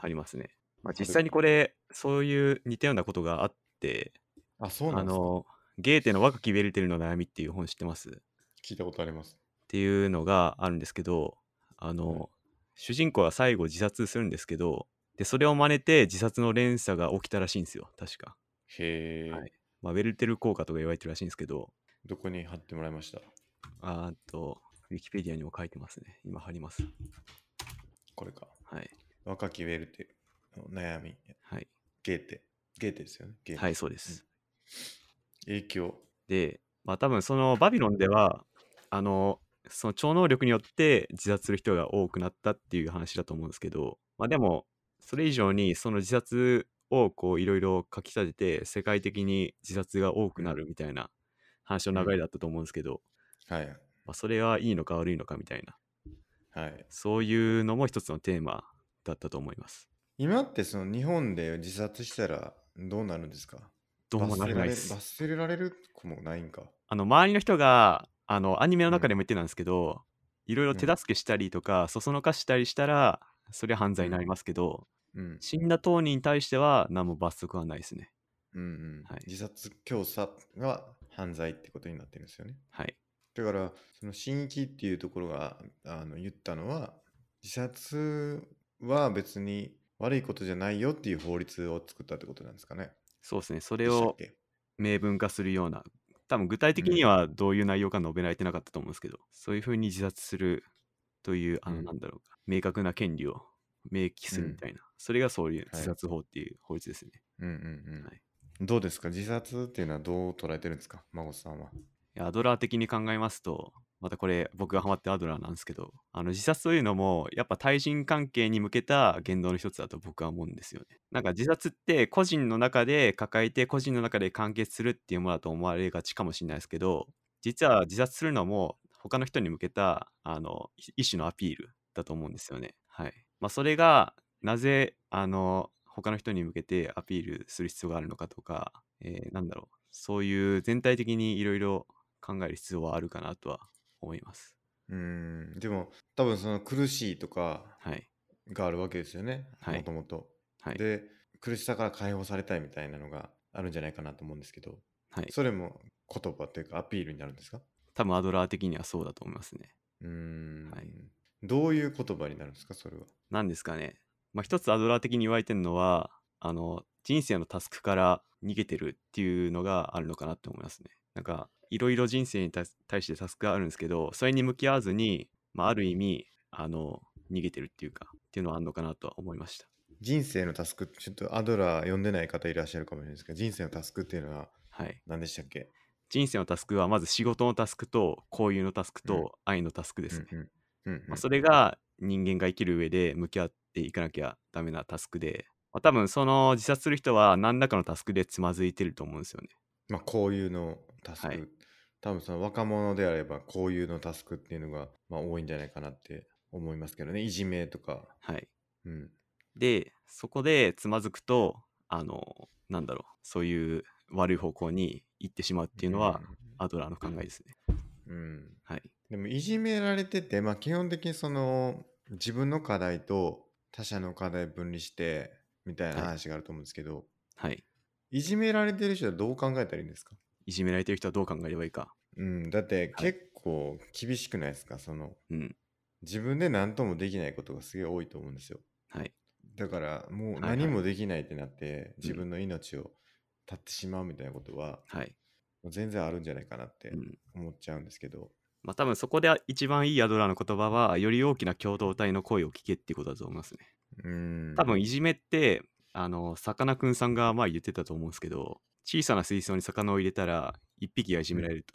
S2: ありますね。まあ、
S1: それ
S2: 実際にこれ、そういう似たようなことがあって、
S1: あそうな
S2: あ
S1: んですか
S2: の、ゲーテの若きウェルテルの悩みっていう本知ってます
S1: 聞いたことあります。
S2: っていうのがあるんですけどあの、
S1: はい
S2: 主人公は最後自殺するんですけどでそれを真似て自殺の連鎖が起きたらしいんですよ確か、
S1: へえ、
S2: はいまあ、ウェルテル効果とか言われてるらしいんですけど
S1: どこに貼ってもらいました
S2: あーっとウィキペディアにも書いてますね今貼ります
S1: これか。
S2: はい。
S1: 若きウェルテの悩み、
S2: はい。
S1: ゲーテ。ゲーテですよね。ゲーテ。
S2: はい、そうです。
S1: 影響。
S2: で、まあ多分そのバビロンでは、あの、その超能力によって自殺する人が多くなったっていう話だと思うんですけど、まあでも、それ以上にその自殺をこういろいろ書き立てて、世界的に自殺が多くなるみたいな話の流れだったと思うんですけど、
S1: はい。
S2: まあそれがいいのか悪いのかみたいな、
S1: はい。
S2: そういうのも一つのテーマだったと思います。
S1: 今ってその日本で自殺したらどうなるんですか
S2: どうもならないです。
S1: 罰せられる罰せられる子もないんか。
S2: あの周りの人があのアニメの中でも言ってたんですけど、いろいろ
S1: ん
S2: 手助けしたりとか、そそのかしたりしたらそれは犯罪になりますけど、
S1: うん。
S2: 死んだ当人に対しては何も罰則はないですね
S1: うんうん
S2: はい
S1: 自殺教唆が犯罪ってことになってるんですよね。
S2: はい
S1: だから、その新規っていうところがあの言ったのは、自殺は別に悪いことじゃないよっていう法律を作ったってことなんですかね。
S2: そうですねそ
S1: で
S2: れ
S1: したっ
S2: を
S1: け
S2: 明文化するような多分具体的にはどういう内容か述べられてなかったと思うんですけど、そういうふうに自殺するというあ
S1: う
S2: の
S1: ん
S2: なんだろうか、明確な権利を明記するみたいな、それがそういう自殺法っていう法律ですね、
S1: うんうんうん、
S2: はい
S1: どうですか自殺っていうのはどう捉えてるんですか孫さんは。
S2: アドラー的に考えますと、またこれ僕がハマってるアドラーなんですけど、あの自殺というのもやっぱ対人関係に向けた言動の一つだと僕は思うんですよね。なんか自殺って個人の中で抱えて個人の中で完結するっていうものだと思われがちかもしれないですけど、実は自殺するのも他の人に向けたあのい一種のアピールだと思うんですよね。はい。まあそれがなぜあの他の人に向けてアピールする必要があるのかとか、えーなんだろう。そういう全体的にいろいろ考える必要はあるかなとは思います。
S1: うーんでも多分その苦しいとか
S2: はい。
S1: があるわけですよね
S2: はい
S1: もともと。
S2: はい。
S1: で苦しさから解放されたいみたいなのがあるんじゃないかなと思うんですけど
S2: はい、
S1: それも言葉というかアピールになるんですか
S2: 多分アドラー的にはそうだと思いますね。
S1: うーん、
S2: はい
S1: どういう言葉になるんですかそれは。
S2: 何ですかね。まあ、一つアドラー的に言われてるのは、あの、人生のタスクから逃げてるっていうのがあるのかなって思いますね。なんか、いろいろ人生に対対してタスクがあるんですけど、それに向き合わずに、まあ、ある意味、あの、逃げてるっていうか、っていうのはあるのかなとは思いました。
S1: 人生のタスクちょっとアドラー読んでない方いらっしゃるかもしれないですけど人生のタスクっていうのは
S2: はい。
S1: 何でしたっけ
S2: 人生のタスクは、まず仕事のタスクと、交友のタスク
S1: うん
S2: と、愛のタスクですね。
S1: うんうんうんうん
S2: まあ、それが人間が生きる上で向き合っていかなきゃダメなタスクで、まあ、多分その自殺する人は何らかのタスクでつまずいてると思うんですよね。
S1: まあ、こういうのタスク、
S2: はい
S1: 多分その若者であればこういうのタスクっていうのが、まあ、多いんじゃないかなって思いますけどねいじめとか、
S2: はい、
S1: うん、
S2: でそこでつまずくとあのなんだろうそういう悪い方向に行ってしまうっていうのはアドラーの考えですね。
S1: うん、うん
S2: はい、
S1: でもいじめられてて、まあ、基本的にその自分の課題と他者の課題分離してみたいな
S2: はい
S1: 話があると思うんですけど、
S2: はい、
S1: い、じめられてる人はどう考えたらいいんですか、
S2: いじめられてる人はどう考えればいいか。
S1: うん、だって結構厳しくないですかその
S2: うん
S1: 自分で何ともできないことがすげえ多いと思うんですよ。
S2: はい、
S1: だからもう
S2: いはい
S1: 何もできないってなって自分の命を絶ってしまうみたいなことは
S2: はい
S1: もう全然あるんじゃないかなって
S2: うん
S1: 思っちゃうんですけど、
S2: まあ、多分そこで一番いいアドラーの言葉はより大きな共同体の声を聞けっていうことだと思いますね。
S1: うーん
S2: 多分いじめってあのさかなクンさんが前言ってたと思うんですけど小さな水槽に魚を入れたら1匹がいじめられると、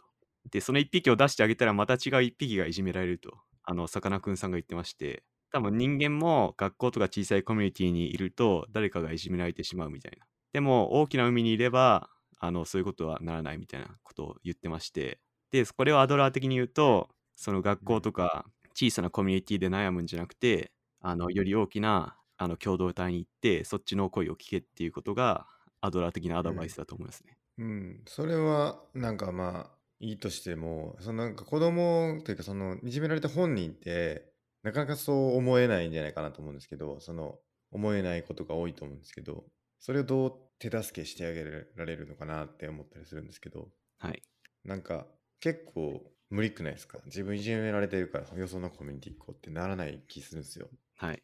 S2: でその1匹を出してあげたらまた違う1匹がいじめられるとあのさかなクンさんが言ってまして多分人間も学校とか小さいコミュニティにいると誰かがいじめられてしまうみたいなでも大きな海にいればあのそういうことはならないみたいなことを言ってましてでこれをアドラー的に言うとその学校とか小さなコミュニティで悩むんじゃなくてあのより大きなあの共同体に行ってそっちの声を聞けっていうことがアドラー的なアドバイスだと思いますね。
S1: うん、それはなんかまあいいとしてもそのなんか子供というかそのいじめられた本人ってなかなかそう思えないんじゃないかなと思うんですけどその思えないことが多いと思うんですけどそれをどう手助けしてあげられるのかなって思ったりするんですけど
S2: はい
S1: なんか結構無理くないですか自分いじめられてるからよそのコミュニティ行こうってならない気するんですよ
S2: はい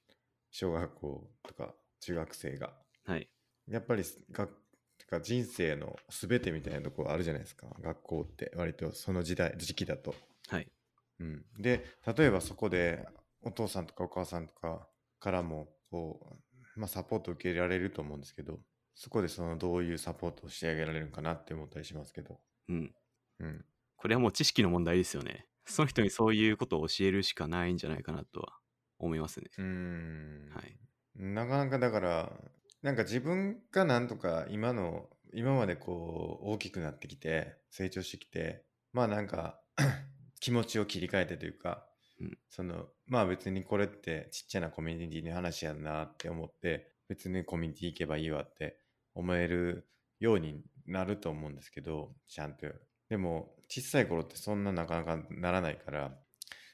S1: 小学校とか中学生が
S2: はい
S1: やっぱり学てか人生の全てみたいなところあるじゃないですか学校って割とその時代時期だと、
S2: はい
S1: うん、で例えばそこでお父さんとかお母さんとかからもこう、まあ、サポート受けられると思うんですけどそこでそのどういうサポートをしてあげられるのかなって思ったりしますけど、
S2: うん。
S1: うん、
S2: これはもう知識の問題ですよね。その人にそういうことを教えるしかないんじゃないかなとは思いますね。
S1: うーん
S2: はい。
S1: なかなかだからなんか自分がなんとか今の今までこう大きくなってきて成長してきてまあなんか 気持ちを切り替えてというか、
S2: うん
S1: そのまあ別にこれってちっちゃなコミュニティの話やなって思って別にコミュニティ行けばいいわって思えるようになると思うんですけどちゃんとでも小さい頃ってそんななかなかならないから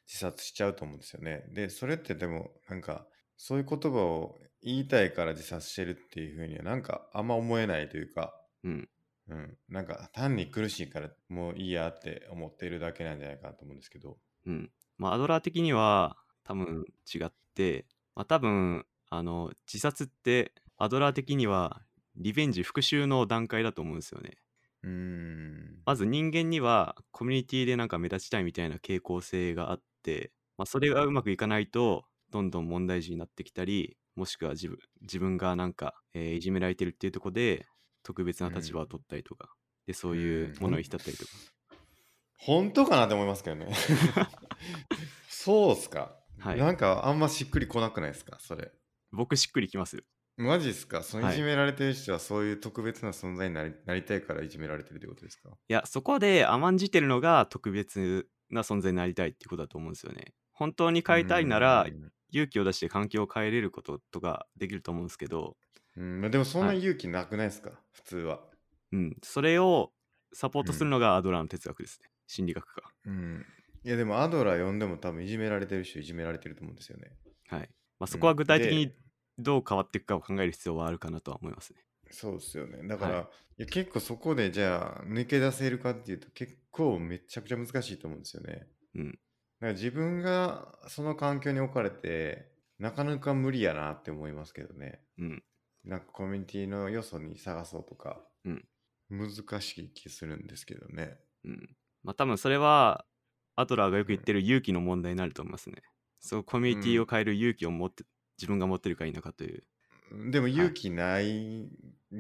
S1: 自殺しちゃうと思うんですよねでそれってでもなんかそういう言葉を言いたいから自殺してるっていうふうにはなんかあんま思えないというか、
S2: うん。
S1: うん、なんか単に苦しいからもういいやって思っているだけなんじゃないかなと思うんですけど。
S2: うん。まあ、アドラー的には多分違って、まあ、多分、あの、自殺ってアドラー的にはリベンジ、復讐の段階だと思うんですよね。
S1: うーん。
S2: まず人間にはコミュニティでなんか目立ちたいみたいな傾向性があって、まあ、それがうまくいかないとどんどん問題児になってきたりもしくは自分自分がなんか、えーいじめられてるっていうところで特別な立場を取ったりとか、でそういうものに浸ったりとか、
S1: 本当かなって思いますけど ね。 そうっすか、
S2: はい
S1: なんかあんましっくりこなくないですかそれ。
S2: 僕しっくりきますよ
S1: マジっすかその
S2: はい
S1: いじめられてる人はそういう特別な存在になりなりたいからいじめられてるってことですか
S2: いやそこで甘んじてるのが特別な存在になりたいっていうことだと思うんですよね本当に変えたいなら
S1: うーん
S2: 勇気を出して環境を変えれることとかできると思うんですけど、
S1: うん、でもそんな勇気なくないですか、普通は。
S2: うん、それをサポートするのがアドラーの哲学ですね。心理学か。
S1: うん。いやでもアドラー呼んでも多分いじめられてる人いじめられてると思うんですよね。
S2: はい。まあ、そこは具体的
S1: う
S2: に
S1: んで
S2: どう変わっていくかを考える必要はあるかなとは思いますね。
S1: そうですよね。だから、
S2: はい
S1: い、や結構そこでじゃあ抜け出せるかっていうと結構めちゃくちゃ難しいと思うんですよね。
S2: うん
S1: だから自分がその環境に置かれてなかなか無理やなって思いますけどね。
S2: うん。
S1: なんかコミュニティのよそに探そうとか、
S2: うん
S1: 難しい気するんですけどね。
S2: うん。まあ多分それはアドラーがよく言ってる勇気の問題になると思いますね。そうコミュニティを変える勇気を持って、自分が持ってるか否かという。
S1: でも勇気ないん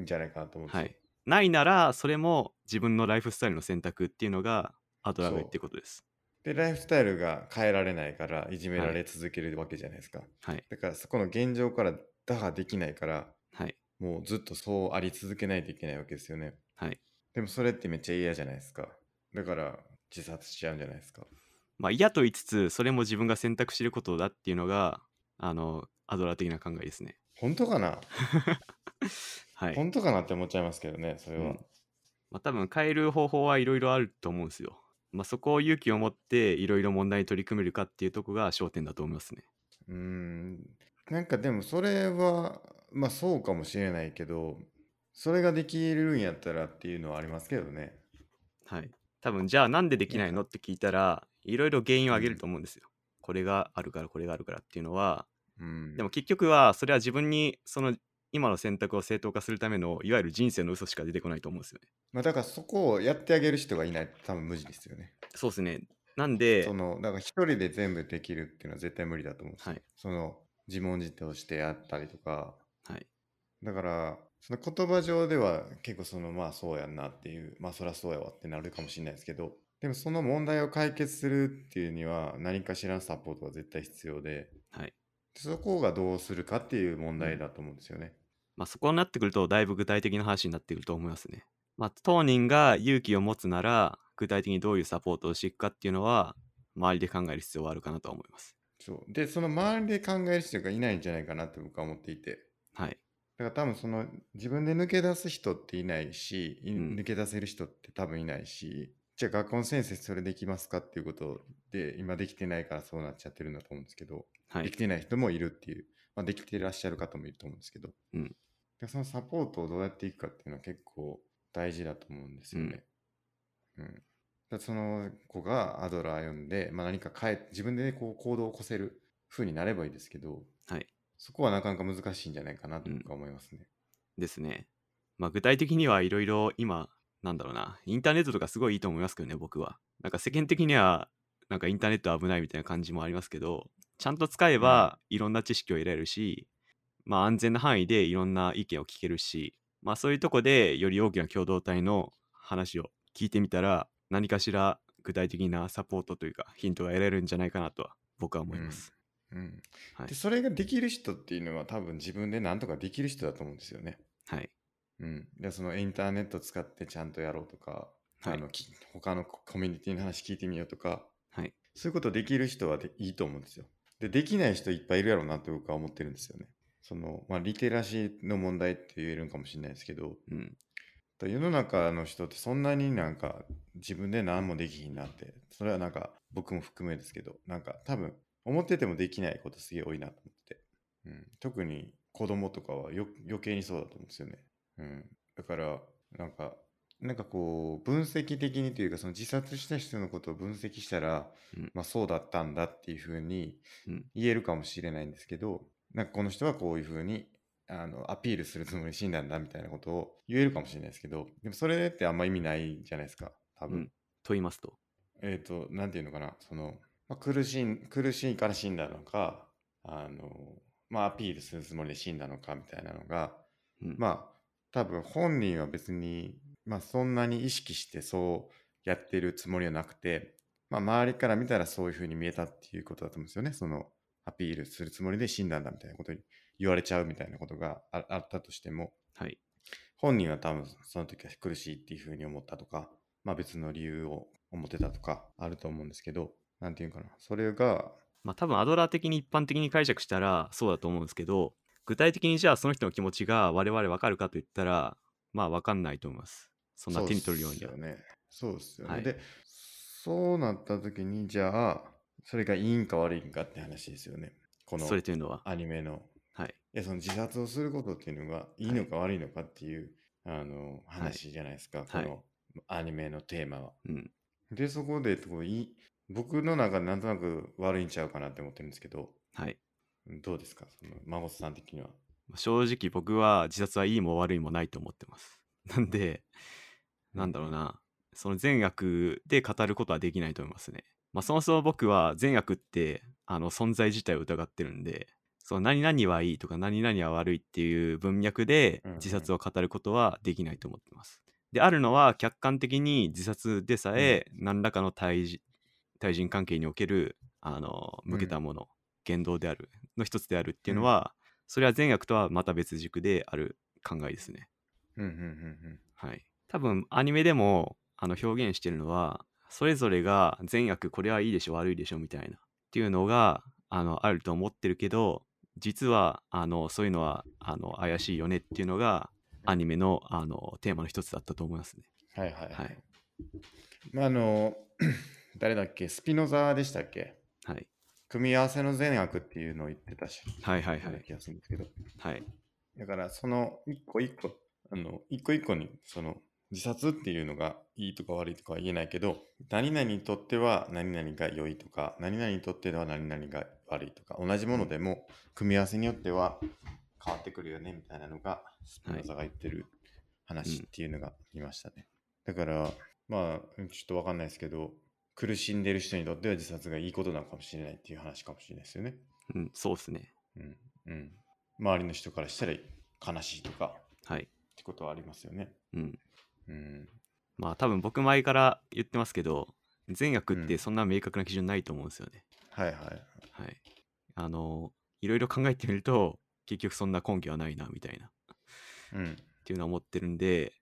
S1: じゃないかなと思うんですよ。
S2: はい。ないならそれも自分のライフスタイルの選択っていうのがアドラーが言ってることです。
S1: で、ライフスタイルが変えられないから、いじめられ続けるわけじゃないですか。
S2: はい。
S1: だから、そこの現状から打破できないから、
S2: はい。
S1: もうずっとそうあり続けないといけないわけですよね。
S2: はい。
S1: でも、それってめっちゃ嫌じゃないですか。だから、自殺しちゃうんじゃないですか。
S2: まあ嫌と言いつつ、それも自分が選択してることだっていうのが、あの、アドラー的な考えですね。
S1: 本当かな、
S2: はい。
S1: 本当かなって思っちゃいますけどね、それは。
S2: うんまあ、多分変える方法はいろいろあると思うんですよ。まあ、そこを勇気を持っていろいろ問題に取り組めるかっていうとこが焦点だと思いますね。
S1: うーんなんかでもそれはまあそうかもしれないけどそれができるんやったらっていうのはありますけどね
S2: はい。多分じゃあなんでできないのって聞いたらいろいろ原因を挙げると思うんですよ。これがあるからこれがあるからっていうのは
S1: うん
S2: でも結局はそれは自分にその今の選択を正当化するためのいわゆる人生の嘘しか出てこないと思うんですよね。
S1: まあだからそこをやってあげる人がいないと多分無理ですよね
S2: そうですね。なんで
S1: そのだから一人で全部できるっていうのは絶対無理だと思うんですよ、
S2: はい
S1: その自問自答してやったりとか
S2: はい
S1: だからその言葉上では結構そのまあそうやんなっていうまあそりゃそうやわってなるかもしれないですけどでもその問題を解決するっていうには何かしらのサポートは絶対必要で
S2: はい。
S1: そこがどうするかっていう問題だと思うんですよね。
S2: まあ、そこになってくるとだいぶ具体的な話になってくると思いますね。まあ、当人が勇気を持つなら具体的にどういうサポートをしていくかっていうのは周りで考える必要はあるかなとは思います。
S1: そうでその周りで考える人がいないんじゃないかなって僕は思っていて
S2: はい。
S1: だから多分その自分で抜け出す人っていないし、い
S2: うん
S1: 抜け出せる人って多分いないしじゃあ学校の先生それできますかっていうことで今できてないからそうなっちゃってるんだと思うんですけど、
S2: は
S1: で
S2: い
S1: き。てない人もいるっていう、まあ、できていらっしゃる方もいると思うんですけど、
S2: うん
S1: でそのサポートをどうやっていくかっていうのは結構大事だと思うんですよね。うんだからその子がアドラー読んで、まあ、何か変え自分で、ね、こう行動を起こせる風になればいいですけど、
S2: はい
S1: そこはなかなか難しいんじゃないかなと僕は思いますね。
S2: ですね。まあ、具体的にはいろいろ今、なんだろうな、インターネットとかすごいいいと思いますけどね、僕は。なんか世間的にはなんかインターネット危ないみたいな感じもありますけど、ちゃんと使えばいろんな知識を得られるし、まあ安全な範囲でいろんな意見を聞けるし、まあそういうとこでより大きな共同体の話を聞いてみたら、何かしら具体的なサポートというかヒントが得られるんじゃないかなとは僕は思います。
S1: うん
S2: はい
S1: でそれができる人っていうのは多分自分で何とかできる人だと思うんですよね。
S2: はい。
S1: うん、でそのインターネット使ってちゃんとやろうとか、
S2: はい
S1: あのき他のココミュニティの話聞いてみようとか
S2: はい。
S1: そういうことできる人はでいいと思うんですよ。でできない人いっぱいいるやろうなと僕は思ってるんですよね。そのまあ、リテラシーの問題って言えるんかもしれないですけど
S2: うん。
S1: だ世の中の人ってそんなになんか自分で何もできひんなってそれはなんか僕も含めですけどなんか多分思っててもできないことすげえ多いなと思ってて、うん、特に子供とかはよ余計にそうだと思うんですよね、うん、だからなんかなんかこう分析的にというかその自殺した人のことを分析したら、
S2: うん
S1: まあ、そうだったんだっていうふうに
S2: うん
S1: 言えるかもしれないんですけど、なんかこの人はこういうふうにあのアピールするつもりで死んだんだみたいなことを言えるかもしれないですけどでもそれってあんま意味ないじゃないですか多分、
S2: うんと言いますと。
S1: えっ、となんていうのかなその、まあ、苦しい苦しいから死んだのかあのまあアピールするつもりで死んだのかみたいなのが
S2: うん
S1: まあ多分本人は別に、まあ、そんなに意識してそうやってるつもりはなくて、まあ、周りから見たらそういうふうに見えたっていうことだと思うんですよねそのアピールするつもりで死んだんだみたいなことに言われちゃうみたいなことがああったとしても
S2: はい。
S1: 本人は多分その時は苦しいっていうふうに思ったとか、まあ、別の理由を思ってたとかあると思うんですけどなんていうかなそれが
S2: まあ多分アドラー的に一般的に解釈したらそうだと思うんですけど、具体的にじゃあその人の気持ちが我々わかるかと言ったら、まあわかんないと思います。そんな手に取るように
S1: そ
S2: は
S1: っす。ね。そうですよね。
S2: はい
S1: で、そうなった時に、じゃあ、それがいいんか悪いんかって話ですよね。この
S2: それというのは、
S1: アニメの。
S2: はい。
S1: いや、その自殺をすることっていうのがいいのか悪いのかっていう、あの話じゃないですか、
S2: はい
S1: このアニメのテーマは。
S2: うん。
S1: で、そこでこういい、僕の中でなんとなく悪いんちゃうかなって思ってるんですけど、
S2: はい。
S1: どうですか、その孫さん的には。
S2: まあ正直僕は自殺はいいも悪いもないと思ってます。 なんで、なんだろうな、その善悪で語ることはできないと思いますね。まあそもそも僕は善悪ってあの存在自体を疑ってるんで、その何々はいいとか何々は悪いっていう文脈で
S1: うんうん
S2: 自殺を語ることはできないと思ってます。で、あるのは客観的に自殺でさえ何らかの対じ対人関係におけるあの向けたもの、言動であるの一つであるっていうのは、それは善悪とはまた別軸である考えですね。
S1: うんうんうん
S2: はい、多分アニメでもあの表現してるのはそれぞれが善悪これはいいでしょ悪いでしょみたいなっていうのがあのあると思ってるけど実はあのそういうのはあの怪しいよねっていうのがアニメのあのテーマの一つだったと思いますね。
S1: うん。はいはい。
S2: はい、
S1: まあ、あの、 誰だっけ、スピノザでしたっけ
S2: はい、
S1: 組み合わせの善悪っていうのを言ってたし、
S2: はいはい
S1: よ
S2: は
S1: うない気がするんですけど、
S2: はい
S1: だからその一個一個、あの一個一個にその自殺っていうのがいいとか悪いとかは言えないけど、何々にとっては何々が良いとか、何々にとっては何々が悪いとか、同じものでも組み合わせによっては変わってくるよねみたいなのが、スピノザが言ってる話っていうのがいましたね。だから、まあ、ちょっとわかんないですけど、苦しんでる人にとっては自殺がいいことなのかもしれないっていう話かもしれないですよね。
S2: うん、そうですね。
S1: うんうん、周りの人からしたら悲しいとか
S2: はい、
S1: ってことはありますよね。
S2: うん
S1: うん、
S2: まあ多分僕前から言ってますけど善悪っ
S1: う
S2: て
S1: ん
S2: そんな明確な基準ないと思うんですよね。
S1: はいはい。
S2: はい。あの、いろいろ考えてみると、結局そんな根拠はないな、みたいな、っ
S1: うん、
S2: ていうのは思ってるんで、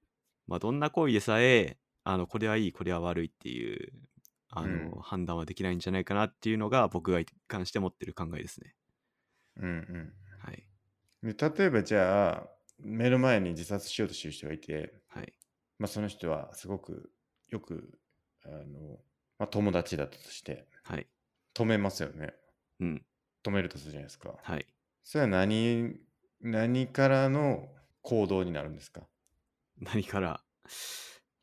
S2: まあ、どんな行為でさえ、あの、これはいい、これは悪いっていう、あの、
S1: うん
S2: 判断はできないんじゃないかなっていうのが、僕が一貫して持ってる考えですね。
S1: うん、
S2: はい。
S1: うん。で例えばじゃあ目の前に自殺しようとしてる人がいて、
S2: はい。
S1: まあ、その人はすごくよくあの、まあ、友達だったとして
S2: はい。
S1: 止めますよね。
S2: うん。
S1: 止めるとするじゃないですか。
S2: はい。
S1: それは何何からの行動になるんですか
S2: 何から、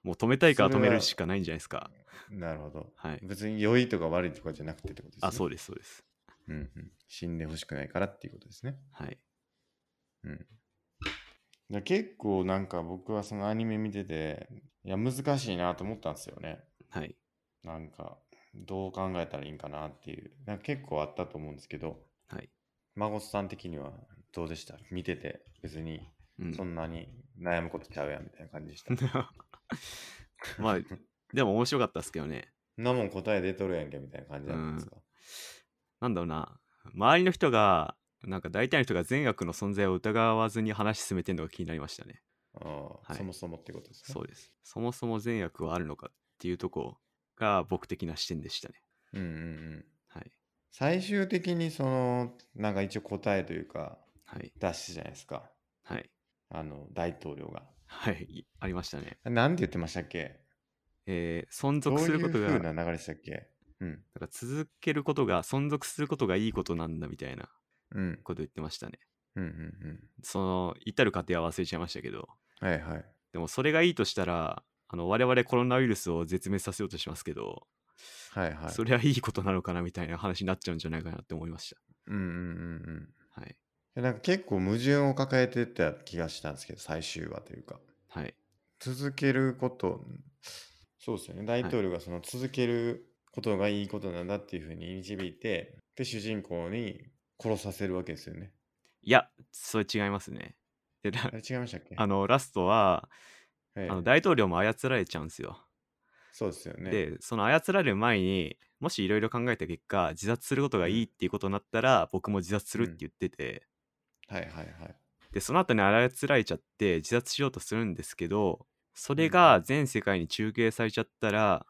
S2: もう止めたいから
S1: そ
S2: 止
S1: れは
S2: めるしかないんじゃないですか。
S1: なるほど。
S2: はい。
S1: 別に良いとか悪いとかじゃなくてってことですね。
S2: あ、そうです、そうです。
S1: うんうん、死んでほしくないからっていうことですね。
S2: はい。
S1: だ結構なんか僕はそのアニメ見てて、いや難しいなと思ったんですよね。
S2: はい。
S1: なんか、どう考えたらいいんかなっていう、なんか結構あったと思うんですけど、
S2: はい。
S1: 孫さん的にはどうでした見てて、別に
S2: うん
S1: そんなに悩むことちゃうやんみたいな感じでした。
S2: まあ、でも面白かったっすけどね。
S1: そんなもん答え出とるやんけみたいな感じだったんですか、
S2: なんだろうな。周りの人が、なんか大体の人が善悪の存在を疑わずに話進めてるのが気になりましたね。
S1: ああ
S2: はい
S1: そもそもってことですね。
S2: そうです。そもそも善悪はあるのかっていうとこが僕的な視点でしたね。
S1: うんうんうん。
S2: はい。
S1: 最終的にその、なんか一応答えというか、
S2: はい。
S1: 出したじゃないですか。
S2: はい。
S1: あの、大統領が。
S2: はい。いありましたね。
S1: なんて言ってましたっけ
S2: えー存
S1: どう
S2: 続す
S1: い
S2: る
S1: う
S2: ことが、
S1: 風
S2: だ
S1: な流れでしたっけうん。
S2: から続けることが、存続することがいいことなんだみたいな
S1: うん。
S2: こと言ってましたね。
S1: うんうん
S2: その、至る過程は忘れちゃいましたけど、
S1: うん。はいはい。
S2: でもそれがいいとしたら、あの我々コロナウイルスを絶滅させようとしますけど、
S1: はいはい。
S2: それはいいことなのかなみたいな話になっちゃうんじゃないかなって思いまし
S1: うんうんうんうん
S2: た。はい。
S1: で。なんか結構矛盾を抱えてた気がしたんですけど、最終話というか。
S2: はい。
S1: 続けること、そうですよね。大統領がその続けることがいいことなんだっていうふうに導いて、で、主人公に殺させるわけですよね。
S2: いや、それ違いますね。で、ラ
S1: あれ違いましたっけ
S2: あのラストは、
S1: ええ
S2: あの大統領も操られちゃうんですよ。
S1: そうですよね。
S2: で、その操られる前に、もしいろいろ考えた結果、自殺することがいいっていうことになったら、僕も自殺するって言ってて、
S1: はいはいはい。
S2: で、その後に操られちゃって、自殺しようとするんですけど、それが全世界に中継されちゃったら、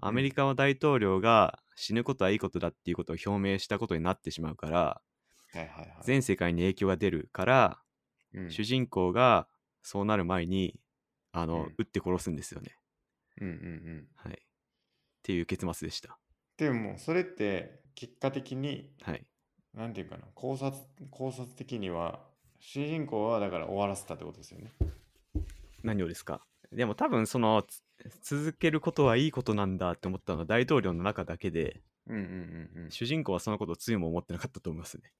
S2: アメリカの大統領が死ぬことはいいことだっていうことを表明したことになってしまうから、
S1: はいはいはい。
S2: 全世界に影響が出るから、
S1: うん
S2: 主人公がそうなる前にあの、
S1: うん
S2: 撃って殺すんですよね。
S1: うんうんうん。
S2: はい、っていう結末でした。
S1: でも、それって、結果的に、
S2: はい、
S1: なんていうかな、考察、考察的には、主人公はだから終わらせたってことですよね。
S2: 何をですかでも多分そのつ続けることはいいことなんだって思ったのは大統領の中だけで
S1: うんうんうんうん。
S2: 主人公はそのことをつゆも思ってなかったと思いますね。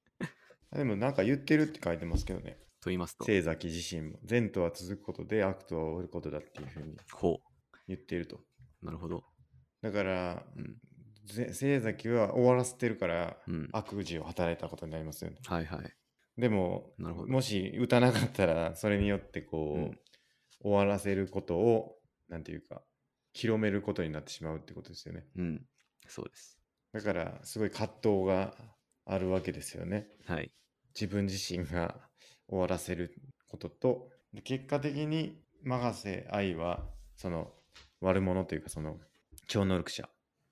S1: でもなんか言ってるって書いてますけどね。
S2: と言いますと
S1: 清崎自身も、善とは続くことで悪とは終わることだっていうふうに
S2: ほ
S1: 言っていると。
S2: うなるほど。
S1: だから、
S2: うん
S1: ぜ清崎は終わらせてるから、
S2: うん、
S1: 悪事を働いたことになりますよね。
S2: はいはい。
S1: でも、
S2: なるほど
S1: もし打たなかったら、それによってこう、
S2: うん
S1: 終わらせることを、なんていうか、広めることになってしまうってことですよね。
S2: うん、そうです。
S1: だから、すごい葛藤があるわけですよね。
S2: はい。
S1: 自分自身が終わらせることと、で結果的に、永瀬愛は、その、悪者というか、その、超能力者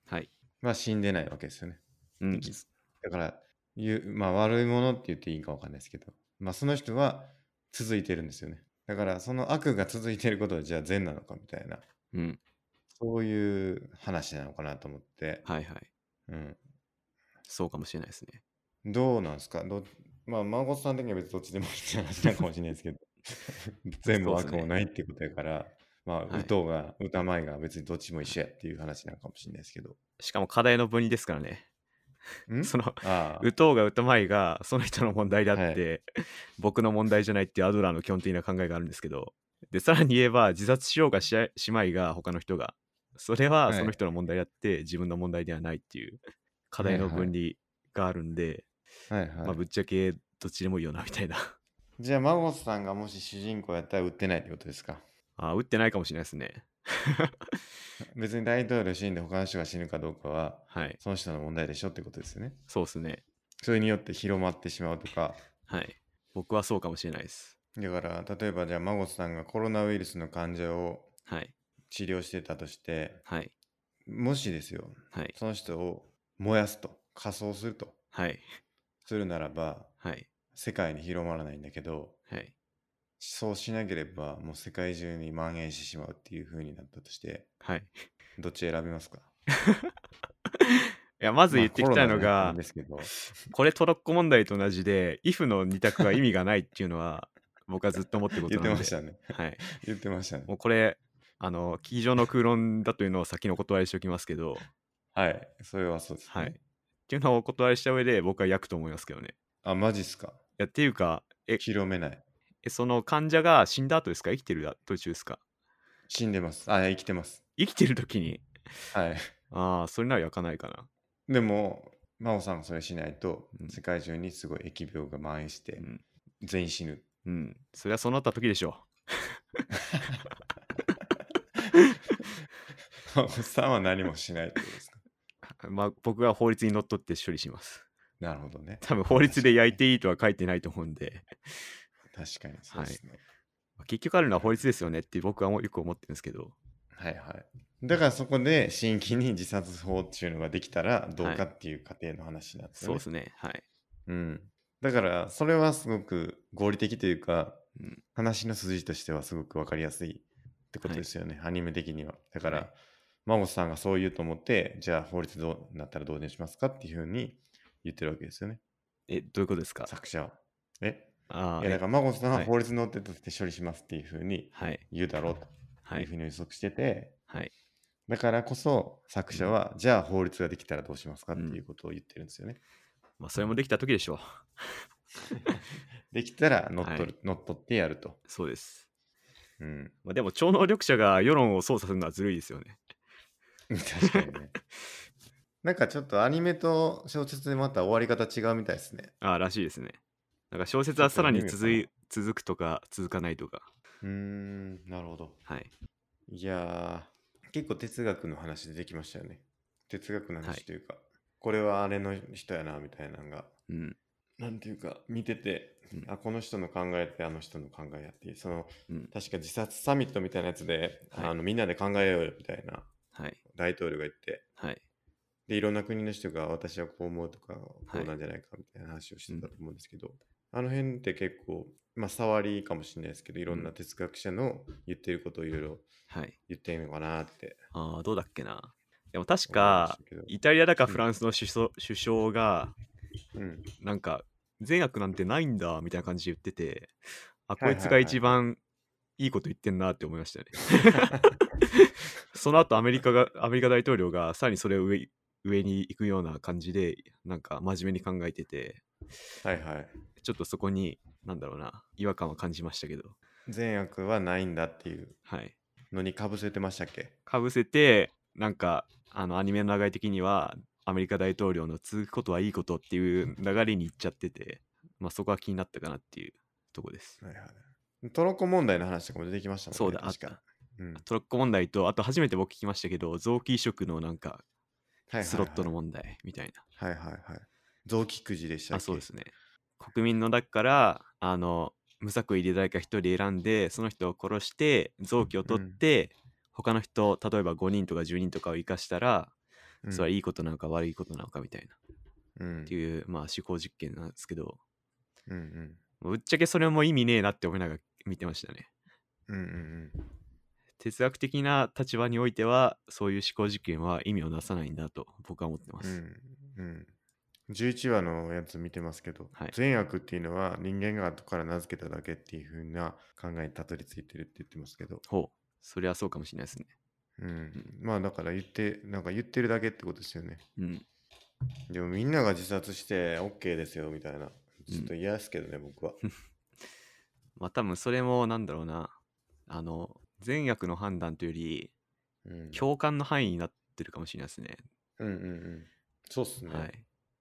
S2: はい。
S1: は死んでないわけですよね。
S2: うん、
S1: だから、言うまあ、悪いものって言っていいかわかんないですけど、まあ、その人は続いてるんですよね。だから、その悪が続いてることはじゃあ善なのかみたいな、
S2: うん、
S1: そういう話なのかなと思って、
S2: はいはい。
S1: うん。
S2: そうかもしれないですね。
S1: どうなんですかどうまあ、孫さん的には別にどっちでもいいって話なのかもしれないです けど、全部
S2: そうで
S1: 悪
S2: すね
S1: もないってことやから、まあ、
S2: はい
S1: 歌が、歌前が別にどっちも一緒やっていう話なのかもしれないですけど。
S2: しかも課題の分離ですからね。
S1: ん
S2: その
S1: ああ
S2: 打とうが打たまいがその人の問題であって、 僕の問題じゃないっていうアドラーの基本的な考えがあるんですけどでさらに言えば自殺しようがしあしまいが他の人がそれは
S1: はい
S2: その人の問題であって、自分の問題ではないっていう課題の分離があるんで、
S1: はいはい
S2: まあ、ぶっちゃけどっちでもいいよなみたいな
S1: じゃあ、孫さんがもし主人公やったら売ってないってことですか
S2: あ打ってないかもしれないですね
S1: 別に大統領死んで他の人が死ぬかどうかは
S2: はい
S1: その人の問題でしょってことですよね。
S2: そうですね
S1: それによって広まってしまうとか
S2: はい僕はそうかもしれないです
S1: だから例えばじゃあ孫さんがコロナウイルスの患者を
S2: はい
S1: 治療してたとして
S2: はい
S1: もしですよ
S2: はい
S1: その人を燃やすと仮装すると
S2: はい
S1: するならば
S2: はい
S1: 世界に広まらないんだけど
S2: はい
S1: そうしなければもう世界中に蔓延してしまうっていう風になったとして
S2: はい
S1: どっち選びますか
S2: いやまず言ってきたいの
S1: まあ
S2: が、
S1: コロナじゃないんですけど
S2: これトロッコ問題と同じで if の二択は意味がないっていう のは僕はずっと思ってるこ
S1: 言
S2: と
S1: っ
S2: な
S1: て
S2: の
S1: ま
S2: で
S1: したね
S2: はい、
S1: 言ってましたね
S2: もうこれあの机上の空論だというのを先にお断りしておきますけど
S1: はいそれはそうです、ね、
S2: はいっていうのをお断りした上で僕は焼くと思いますけどね
S1: あマジっすか
S2: いやっていうかえ
S1: 広めない。
S2: えその患者が死んだ後ですか生きてる途中ですか
S1: 死んでます。あ、いや生きてます。
S2: 生きてる時に
S1: はい。
S2: ああ、それなら焼かないかな。
S1: でも、真央さんがそれしないと
S2: う、ん
S1: 世界中にすごい疫病が蔓延して、
S2: うん
S1: 全員死ぬ。
S2: うん。そりゃそうなった時でしょ
S1: 真央さんは何もしないってことですか。
S2: う。 まあ、僕が法律にのっとって処理します。
S1: なるほどね。
S2: 多分法律で焼いていいとは書いてないと思うん で、
S1: 確かにそうですね。
S2: まあ結局あるのは法律ですよねって僕はもうよく思ってるんですけど、
S1: はい、はい、だからそこで、新規に自殺法っていうのができたらどうかっていう過程の話なんです
S2: そ
S1: よ
S2: う
S1: ね。
S2: ですね。はい。
S1: うん。だから、それはすごく合理的というか、
S2: うん
S1: 話の筋としてはすごく分かりやすいってことですよね、アニメ的には。だから、
S2: はい
S1: マモスさんがそう言うと思って、じゃあ法律どうなったら導入しますかっていうふうに言ってるわけですよね、
S2: え、どういうことですか
S1: 作者は。え
S2: あ
S1: い
S2: あ、
S1: やだ
S2: え
S1: から、マモスさんは
S2: はい
S1: 法律に乗ってとして処理しますっていうふうに
S2: はい。
S1: 言うだろうと
S2: は
S1: いうふ
S2: い。
S1: うに予測してて、
S2: はい。
S1: だからこそ作者は、じゃあ法律ができたらどうしますかっていうことを言ってるんですよね。
S2: まあ、それもできた時でしょう。
S1: できたら乗っ取る、
S2: は
S1: 乗っ取ってやると。
S2: そうです。
S1: うん、
S2: まあ、でも、超能力者が世論を操作するのはずるいですよね。
S1: 確かに ね。なんかちょっとアニメと小説でまた終わり方違うみたいですね。
S2: ああ、らしいですね。なんか小説はさらに続い続くとか、続かないとか。
S1: うーん、なるほど。
S2: はい。
S1: いやー、結構哲学の話出てきましたよね。哲学の
S2: はい
S1: 話というか、これはあれの人やなみたいなのが、
S2: うん。
S1: なんていうか、見てて、
S2: うん
S1: あ、この人の考えってあの人の考えやって、その、
S2: うん。
S1: 確か自殺サミットみたいなやつで、
S2: はい
S1: あのみんなで考えようよみたいな
S2: はい。
S1: 大統領が言って、
S2: はい。
S1: でいろんな国の人が私はこう思うとかこ
S2: は
S1: う
S2: い
S1: なんじゃないかみたいな話をしてたと思うんですけど、あの辺って結構まあ触りかもしれないですけどいろんな哲学者の言ってることをいろいろ
S2: はい。
S1: 言ってるのかなって
S2: ああ、どうだっけな。でも確
S1: 思いま
S2: か
S1: した、けど、
S2: イタリアだか
S1: うん
S2: フランスの首相,、首相が
S1: うん、
S2: なんか善悪なんてないんだみたいな感じで言っててあ
S1: はいは
S2: こ
S1: い
S2: いつが一番いいこと言ってんなって思い ましたねその後アメリカがアメリカ大統領がさらにそれを上上に行くような感じでなんか真面目に考えてて
S1: はいはい
S2: ちょっとそこになんだろうな違和感は感じましたけど
S1: 善悪はないんだっていう
S2: はい
S1: のにかぶせてましたっけ
S2: かぶせてなんかあのアニメの流れ的にはアメリカ大統領の続くことはいいことっていう流れに行っちゃってて、まあ、そこは気になったかなっていうとこです。
S1: はいはいトロッコ問題の話とかも出てきましたもんね
S2: そうだ、あっ
S1: 確
S2: た
S1: か。うん
S2: トロッコ問題と、あと初めて僕聞きましたけど、臓器移植のなんか
S1: はいはいはい
S2: スロットの問題みたいな。
S1: はいはいはい臓器くじでしたっけ
S2: あ、そうですね。国民の中から、あの、無作為で誰か一人選んで、その人を殺して、臓器を取って、他の人、例えば5人とか10人とかを生かしたら、
S1: うん
S2: それはいいことなのか悪いことなのかみたいな。
S1: うん
S2: っていう、まあ、思考実験なんですけど、
S1: うんうん
S2: ぶっちゃけそれも意味ねえなって思いながら見てましたね。
S1: うんうん
S2: 哲学的な立場においては、そういう思考実験は意味をなさないんだと僕は思ってま
S1: う
S2: す。
S1: んうん、11話のやつ見てますけど、
S2: はい
S1: 善悪っていうのは人間が後から名付けただけっていう風な考えにたどり着いてるって言ってますけど、
S2: ほう。それはそうかもしれないですね。
S1: うんまあだから言ってなんか言ってるだけってことですよね
S2: うん。
S1: でもみんなが自殺して OK ですよみたいなちょっと嫌ですけどね、僕は
S2: まあ多分それもなんだろうな。あの、善悪の判断というより、
S1: うん
S2: 共感の範囲になってるかもしれないですね。
S1: うんうんうんそうっすね、
S2: はい。ま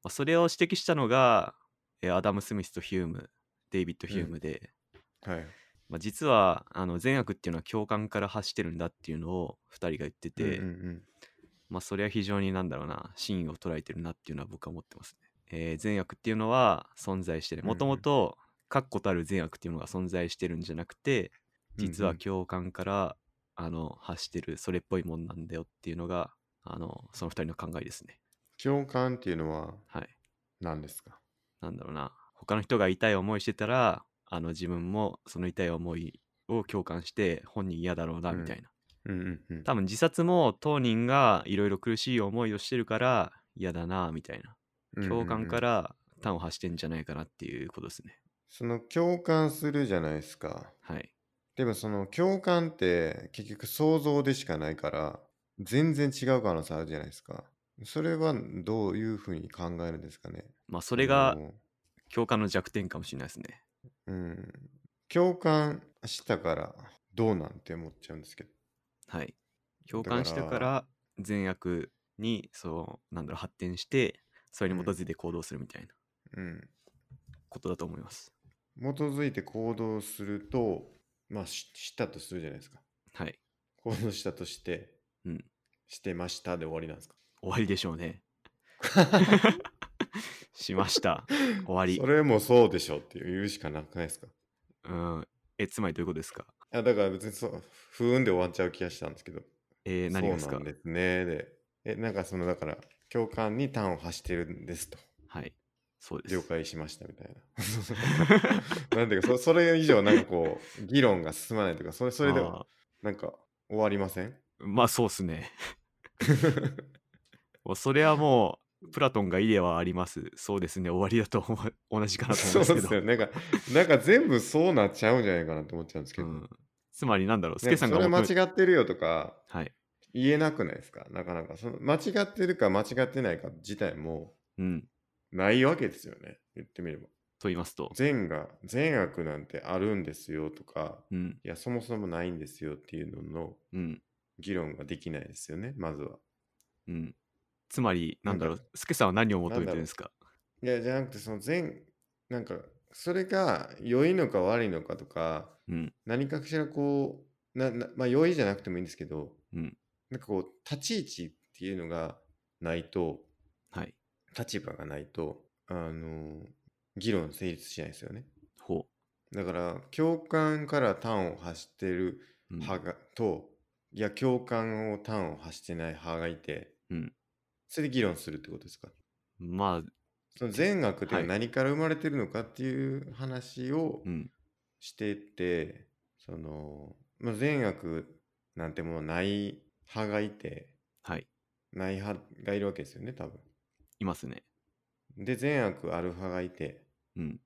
S2: あ、それを指摘したのが、えーアダム・スミスとヒューム、デイビッド・ヒュームで、
S1: はい
S2: まあ、実はあの善悪っていうのは共感から発してるんだっていうのを2人が言ってて、
S1: うんうん
S2: まあ、それは非常になんだろうな真意を捉えてるなっていうのは僕は思ってますね。えー善悪っていうのは存在してる
S1: うんうん
S2: もともと確固たる善悪っていうのが存在してるんじゃなくて実
S1: う
S2: は
S1: んうん
S2: 共感から、あの発してるそれっぽいもんなんだよっていうのがあのその2人の考えですね。
S1: 共感っていうのは
S2: はい。
S1: 何ですか
S2: なんだろうな他の人が痛い思いしてたらあの自分もその痛い思いを共感して本人嫌だろうな
S1: うん
S2: みたいな。
S1: うんうんうん
S2: 多分自殺も当人がいろいろ苦しい思いをしてるから嫌だなみたいな
S1: うんうんうん
S2: 共感から端を発してんじゃないかなっていうことですね。
S1: その共感するじゃないですか
S2: はい。
S1: でもその共感って結局想像でしかないから全然違う可能性あるじゃないですか。それはどういうふうに考えるんですかね
S2: まあそ
S1: そ
S2: れが共感の弱点かもしれないですね。
S1: うん。共感したからどうなんて思っちゃうんですけど。
S2: はい。共感したから善悪にそうなんだろう発展してそれに基づいて行動するみたいな
S1: うん。
S2: ことだと思います。
S1: 基づいて行動すると、まあ、ししたとするじゃないですか。
S2: はい
S1: 行動したとして、
S2: うん
S1: してましたで終わりなんですか。
S2: 終わりでしょ うね。しました。終わり
S1: そ。れもそうでしょっていう言うしかなくないですか。
S2: うん、えつまりどういうことですか
S1: あだから別にそう、不運で終わっちゃう気がしたんですけど。
S2: えー、何がです
S1: そう
S2: か
S1: なんですね。で、え、なんかその、だから、共感に端を発してるんですと。
S2: はい。そうです。
S1: 了解しましたみたいな。 なんていうかそ、それ以上なんかこう、議論が進まないというか、そ れ、それでは、
S2: あ
S1: なんか、終わりません
S2: ーまあそうっすね。もうそれはもう、プラトンがいではあります。そうですね。終わりだと思う。同じかなと思
S1: そ
S2: うん
S1: うで
S2: ですけど。
S1: すよ。なんか、なんか全部そうなっちゃうんじゃないかなって思っちゃうんですけ
S2: う
S1: ど。
S2: ん、つまりなんだろう。ス
S1: なん
S2: ケ
S1: か
S2: さん
S1: そ
S2: が
S1: れ間
S2: 求め
S1: 違ってるよとか
S2: はい。
S1: 言えなくないですかなかなかその間違ってるか間違ってないか自体も
S2: うん。
S1: ないわけですよね言ってみれば
S2: と言いますと。
S1: 善が善悪なんてあるんですよとか
S2: うん。
S1: いやそもそもないんですよっていうのの
S2: うん。
S1: 議論ができないですよねまずは
S2: うん。つまり、なんだろ
S1: な
S2: う。スケさんは何を求めてるんですか
S1: いやじゃなくてその善なんかそれが良いのか悪いのかとか
S2: うん。
S1: 何かしらこうななまあ良いじゃなくてもいいんですけど、
S2: うん
S1: なんかこう立ち位置っていうのがないと
S2: はい。
S1: 立場がないとあの議論成立しないですよね
S2: ほ
S1: だから共感から端を発してる
S2: う。うん
S1: 派が、といや共感を端を発してない派がいて、
S2: うん
S1: それで議論するってことですか
S2: まあ、
S1: その善悪っていうの
S2: は
S1: はい何から生まれてるのかっていう話を
S2: うん。
S1: してて、その、まあ、善悪なんてものない派がいて
S2: はい。
S1: ない派がいるわけですよね多分
S2: いますね。
S1: で善悪ある派がいて
S2: うん。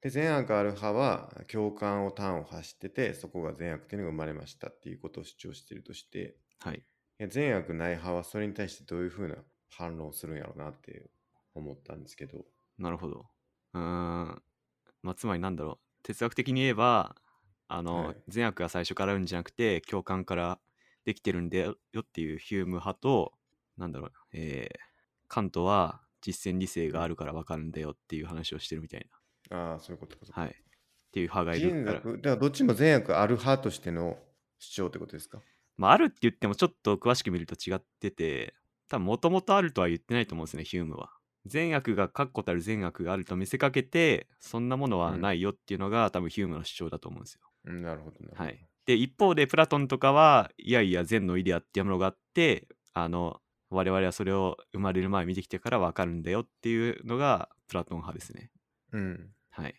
S1: で善悪ある派は共感を端を発しててそこが善悪っていうのが生まれましたっていうことを主張してるとして
S2: はい。
S1: いや善悪ない派はそれに対してどういうふうな反論をするんやろうなって思ったんですけど
S2: なるほど。うーん。まあ、つまりなんだろう。哲学的に言えば、あの、
S1: はい
S2: 善悪が最初からあるんじゃなくて、共感からできてるんだよっていうヒューム派と、なんだろう、えー、カントは実践理性があるからわかるんだよっていう話をしてるみたい
S1: ああそういうことかそういうこと
S2: な。はい。っていう派がいる
S1: 善
S2: から。
S1: 悪だからどっちも善悪ある派としての主張ってことですか
S2: まあ、あるって言ってもちょっと詳しく見ると違ってて、多分もともとあるとは言ってないと思うんですね、ヒュームは。善悪が確固たる善悪があると見せかけて、そんなものはないよっていうのが、多分ヒュームの主張だと思うんですよ。
S1: うんなるほどなるほど
S2: はい、で一方でプラトンとかはいやいや善のイデアっていうものがあってあの我々はそれを生まれる前に見てきてから分かるんだよっていうのがプラトン派ですね。
S1: うん
S2: はい。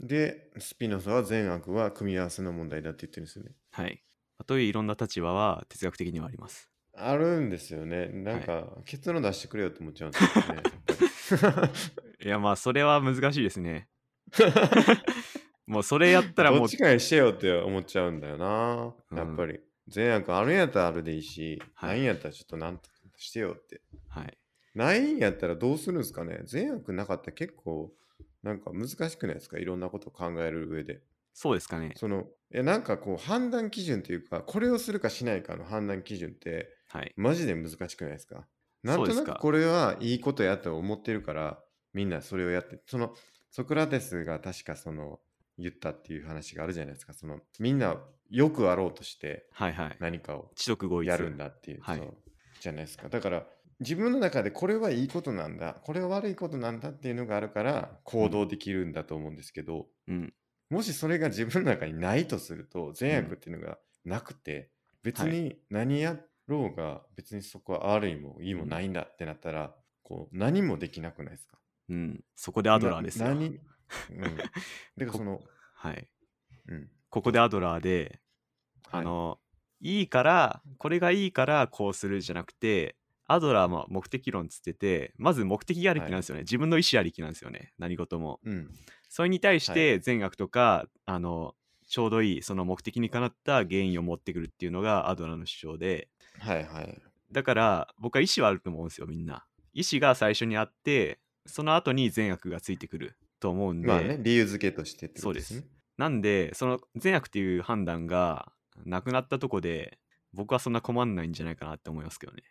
S1: でスピノサは善悪は組み合わせの問題だって言ってるんですよね
S2: はい。といういろんな立場は哲学的にはあります。
S1: あるんですよねなんか、結論出してくれよって思っちゃうんですよねやっぱり
S2: いやまあそれは難しいですね。 もうそれやったら
S1: ど
S2: も
S1: っ
S2: う
S1: ちかにしてよって思っちゃうんだよな、やっぱり善悪あるんやったらあるでいいし、
S2: はい
S1: ないんやったらちょっとなんとかしてよって
S2: はい。
S1: ないんやったらどうするんですかね善悪なかったら結構なんか難しくないですかいろんなことを考える上で
S2: そうですかね。
S1: そのえなんかこう判断基準というかこれをするかしないかの判断基準って
S2: はい。
S1: マジで難しくないですかな
S2: そ
S1: ん
S2: うで
S1: と
S2: す
S1: な
S2: か
S1: くこれはいいことやと思ってるからみんなそれをやってそのソクラテスが確かその言ったっていう話があるじゃないですかそのみんなよくあろうとして
S2: はいはい。
S1: 何かを
S2: 知徳合一。
S1: やるんだっていう、
S2: はい
S1: そうじゃないですかだから自分の中でこれはいいことなんだこれは悪いことなんだっていうのがあるから行動できるんだと思うんですけど、
S2: うん。
S1: もしそれが自分の中にないとすると善悪っていうのがなくて、別に何やろうが別にそこは悪いもいいもないんだってなったら、こう何もできなくないですか
S2: うん。そこでアドラーですよ
S1: な。何、う ん、で
S2: こ
S1: その、
S2: はい。
S1: うん
S2: ここでアドラーで、
S1: はい
S2: あのいいからこれがいいからこうするじゃなくてアドラーも目的論つっててまず目的ありきなんですよね、自分の意思ありきなんですよね何事も
S1: うん、
S2: それに対して善悪とか、あのちょうどいいその目的にかなった原因を持ってくるっていうのがアドラーの主張で
S1: はいはい
S2: だから僕は意思はあると思うんですよみんな意思が最初にあってその後に善悪がついてくると思うんで、
S1: まあね理由付けとしてってことですね
S2: そうなんでその善悪っていう判断がなくなったとこで僕はそんな困んないんじゃないかなって思いますけどね。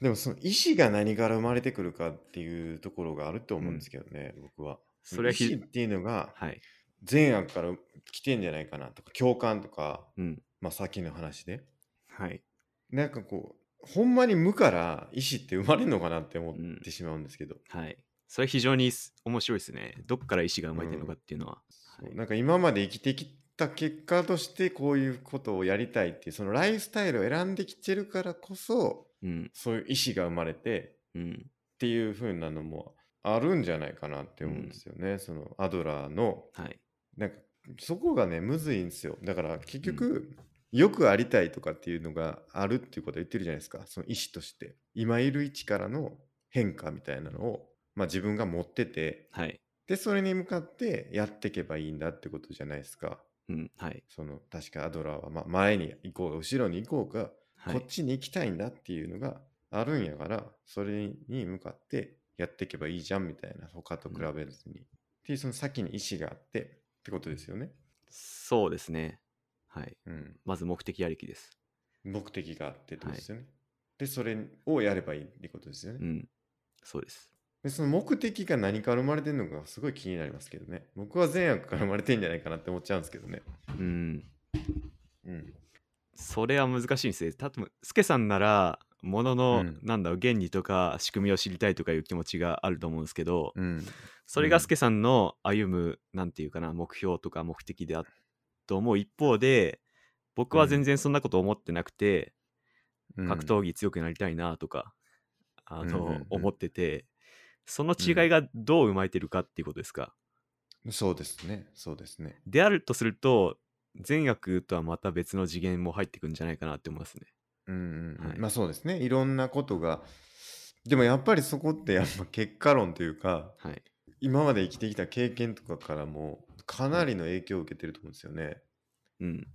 S1: でもその意思が何から生まれてくるかっていうところがあると思うんですけどね、僕は。
S2: それはひ
S1: 意思っていうのが
S2: はい。
S1: 善悪から来てんじゃないかなとか共感とか、
S2: うん。
S1: まあ、さっきの話で
S2: はい。
S1: なんかこうほんまに無から意思って生まれるのかなって思ってしまうんですけど、
S2: はい。それ非常にす面白いですね。どっから意思が生まれてるのかっていうのは。
S1: そう
S2: はい
S1: なんか今まで生きてきた結果としてこういうことをやりたいっていうそのライフスタイルを選んできてるからこそ
S2: うん。
S1: そういう意思が生まれて
S2: うん。
S1: っていう風なのもあるんじゃないかなって思うんですよね、そのアドラーの
S2: はい。
S1: なんかそこがねむずいんですよだから結局、よくありたいとかっていうのがあるっていうことを言ってるじゃないですかその意思として今いる位置からの変化みたいなのを、まあ、自分が持ってて
S2: はい。
S1: でそれに向かってやっていけばいいんだってことじゃないですか
S2: うん。はい。
S1: その確かアドラーは、ま、前に行こうが後ろに行こうが、こ
S2: はい
S1: っ。ちに行きたいんだっていうのがあるんやからそれに向かってやっていけばいいじゃんみたいな他と比べずに、っていうその先に意思があってってことですよね。
S2: そうですね。はい。
S1: うん
S2: まず目的ありきです。
S1: 目的があってってことですよね。で、それをやればいいってことですよね。
S2: うん。そうです。
S1: で、その目的が何から生まれてるのかがすごい気になりますけどね。僕は善悪から生まれてんじゃないかなって思っちゃうんですけどね。
S2: うん。
S1: うん。
S2: それは難しいんですね。たぶん、スケさんなら、ものの、
S1: うん
S2: なんだろう、原理とか仕組みを知りたいとかいう気持ちがあると思うんですけど、
S1: うん。
S2: それ
S1: う
S2: が
S1: ん
S2: スケさんの歩む、なんていうかな、目標とか目的であと思う一方で、僕は全然そんなこと思ってなく
S1: う
S2: て、
S1: ん
S2: 格闘技強くなりたいなとか、あの、
S1: うんうんうん
S2: 思ってて、その違いがどう生まれてるかっていうことですか。
S1: そうですね。そうですね。
S2: であるとすると、善悪とはまた別の次元も入ってくるんじゃないかなって思いますね。
S1: うんうんうん、
S2: はい
S1: まあそうですね。いろんなことが。でもやっぱりそこってやっぱ結果論というか、
S2: はい。
S1: 今まで生きてきた経験とかからもかなりの影響を受けてると思うんですよね。
S2: うん。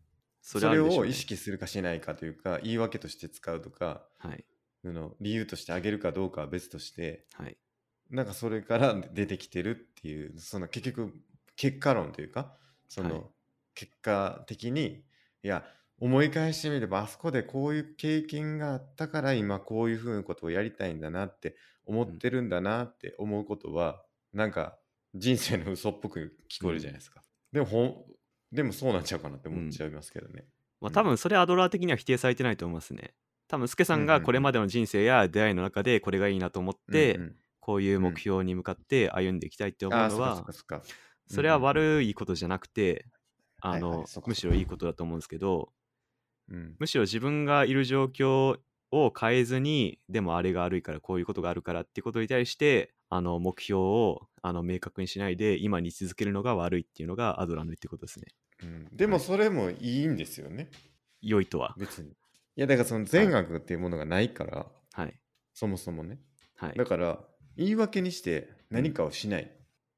S1: そ
S2: はあ
S1: れ
S2: るでし
S1: を
S2: ょうね
S1: 意識するかしないかというか、言い訳として使うとか、
S2: はい。
S1: その理由として挙げるかどうかは別として
S2: はい。
S1: なんかそれから出てきてるっていうその結局結果論というかそ
S2: はい
S1: の結果的に、い、や思い返してみればあそこでこういう経験があったから今こういうふうなことをやりたいんだなって思ってるんだなって思うことは、なんか人生の嘘っぽく聞こえるじゃないですか、でもほんでもそうなっちゃうかなって思っちゃいますけどね、
S2: ま
S1: う
S2: あ
S1: ん
S2: 多分それはアドラー的には否定されてないと思いますね。多分スケさ
S1: う
S2: ん
S1: んうん
S2: が
S1: うん
S2: これまでの人生や出会いの中でこれがいいなと思って、
S1: うんうん
S2: こういう目標に向かって歩んでいきたいって思う
S1: あーそ
S2: の
S1: っかそ
S2: は
S1: っか、そっか
S2: それは悪いことじゃなくて、あ
S1: はい
S2: の
S1: はいそうかそうか
S2: むしろいいことだと思うんですけど、
S1: うん
S2: むしろ自分がいる状況を変えずにでもあれが悪いからこういうことがあるからってことに対してあの目標をあの明確にしないで今に続けるのが悪いっていうのがアドラーの言ってることですね
S1: うんでもそれもいいんですよね、
S2: 良いとは
S1: 別に。いや、だからその善悪っていうものがないから、
S2: はい
S1: そもそもね。
S2: はい
S1: だから、言い訳にして何かをしない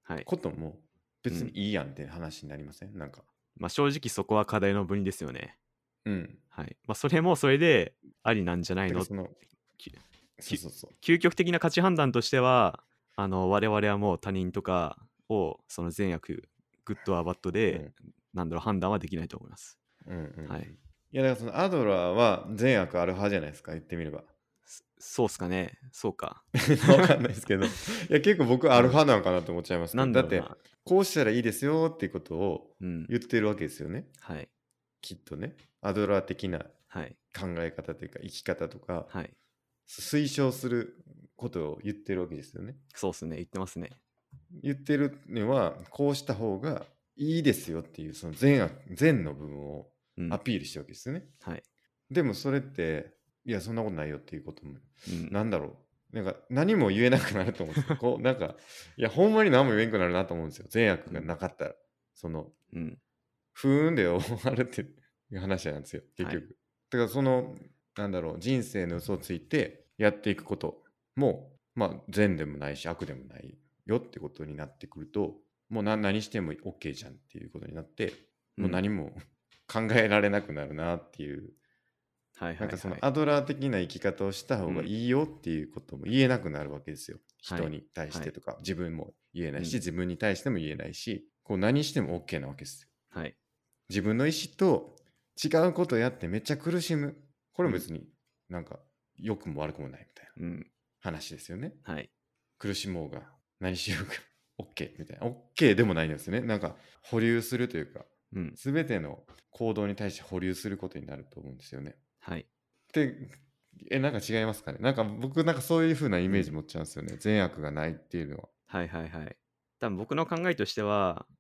S2: はい
S1: ことも別にいいやんって話になりません、なんか。
S2: まあ正直そこは課題の分離ですよね
S1: うん。
S2: はいまあそれもそれでありなんじゃな
S1: だ
S2: い
S1: か
S2: の
S1: らその、
S2: き
S1: そうそうそう。
S2: 究極的な価値判断としてはあの我々はもう他人とかをその善悪グッドアバッドで、
S1: うん
S2: なんだろう判断はできないと思います
S1: うんうん、
S2: はい
S1: いや、だからそのアドラーは善悪ある派じゃないですか、言ってみれば。
S2: そそうっすかねそうか
S1: わかんないですけど。いや、結構僕はアル派なのかなと思っちゃいますけど
S2: なんだ
S1: だ
S2: ろ
S1: っ
S2: うな
S1: て、こうしたらいいですよっていうことを
S2: うん
S1: 言ってるわけですよね。
S2: はい
S1: きっとね。アドラー的な
S2: はい
S1: 考え方というか、生き方とか。
S2: はい
S1: 推奨することを言ってるわけですよね。
S2: そうっすね言ってますね
S1: 言ってるのはこうした方がいいですよっていうその善悪善の部分を
S2: うん
S1: アピールしてるわけですよね。
S2: はい、
S1: でもそれっていやそんなことないよっていうことも
S2: うん
S1: なんだろうなんか何も言えなくなると思うんですよ。こうなんかいやほんまに何も言えなくなるなと思うんですよ。善悪がなかったら、その
S2: うん
S1: 不運で終わるっていう話なんですよ結局、
S2: はい
S1: だからそのなんだろう人生の嘘をついてやっていくこともまあ善でもないし悪でもないよってことになってくるともう何何しても OK じゃんっていうことになってもう何も 考えられなくなるなっていう、
S2: はいはいはい
S1: なんかそのアドラー的な生き方をした方がいいよっていうことも言えなくなるわけですよ、
S2: はい
S1: 人に対してとか、自分も言えないし、
S2: うん
S1: 自分に対しても言えないしこう何しても OK なわけですよ
S2: はい
S1: 自分の意思と違うことをやってめっちゃ苦しむこれも別になんか良くも悪くもないみたいな
S2: うん。
S1: 話ですよね。
S2: はい。
S1: 苦しもうが、何しようが、OK みたいな。OK でもないんですよね。なんか、保留するというか、
S2: うん。
S1: すべての行動に対して保留することになると思うんですよね。
S2: はい。
S1: で、え、なんか違いますかねなんか僕、なんかそういう風なイメージ持っちゃうんですよね。善悪がないっていうのは。
S2: はいはいはい。多分僕の考えとしては、
S1: うん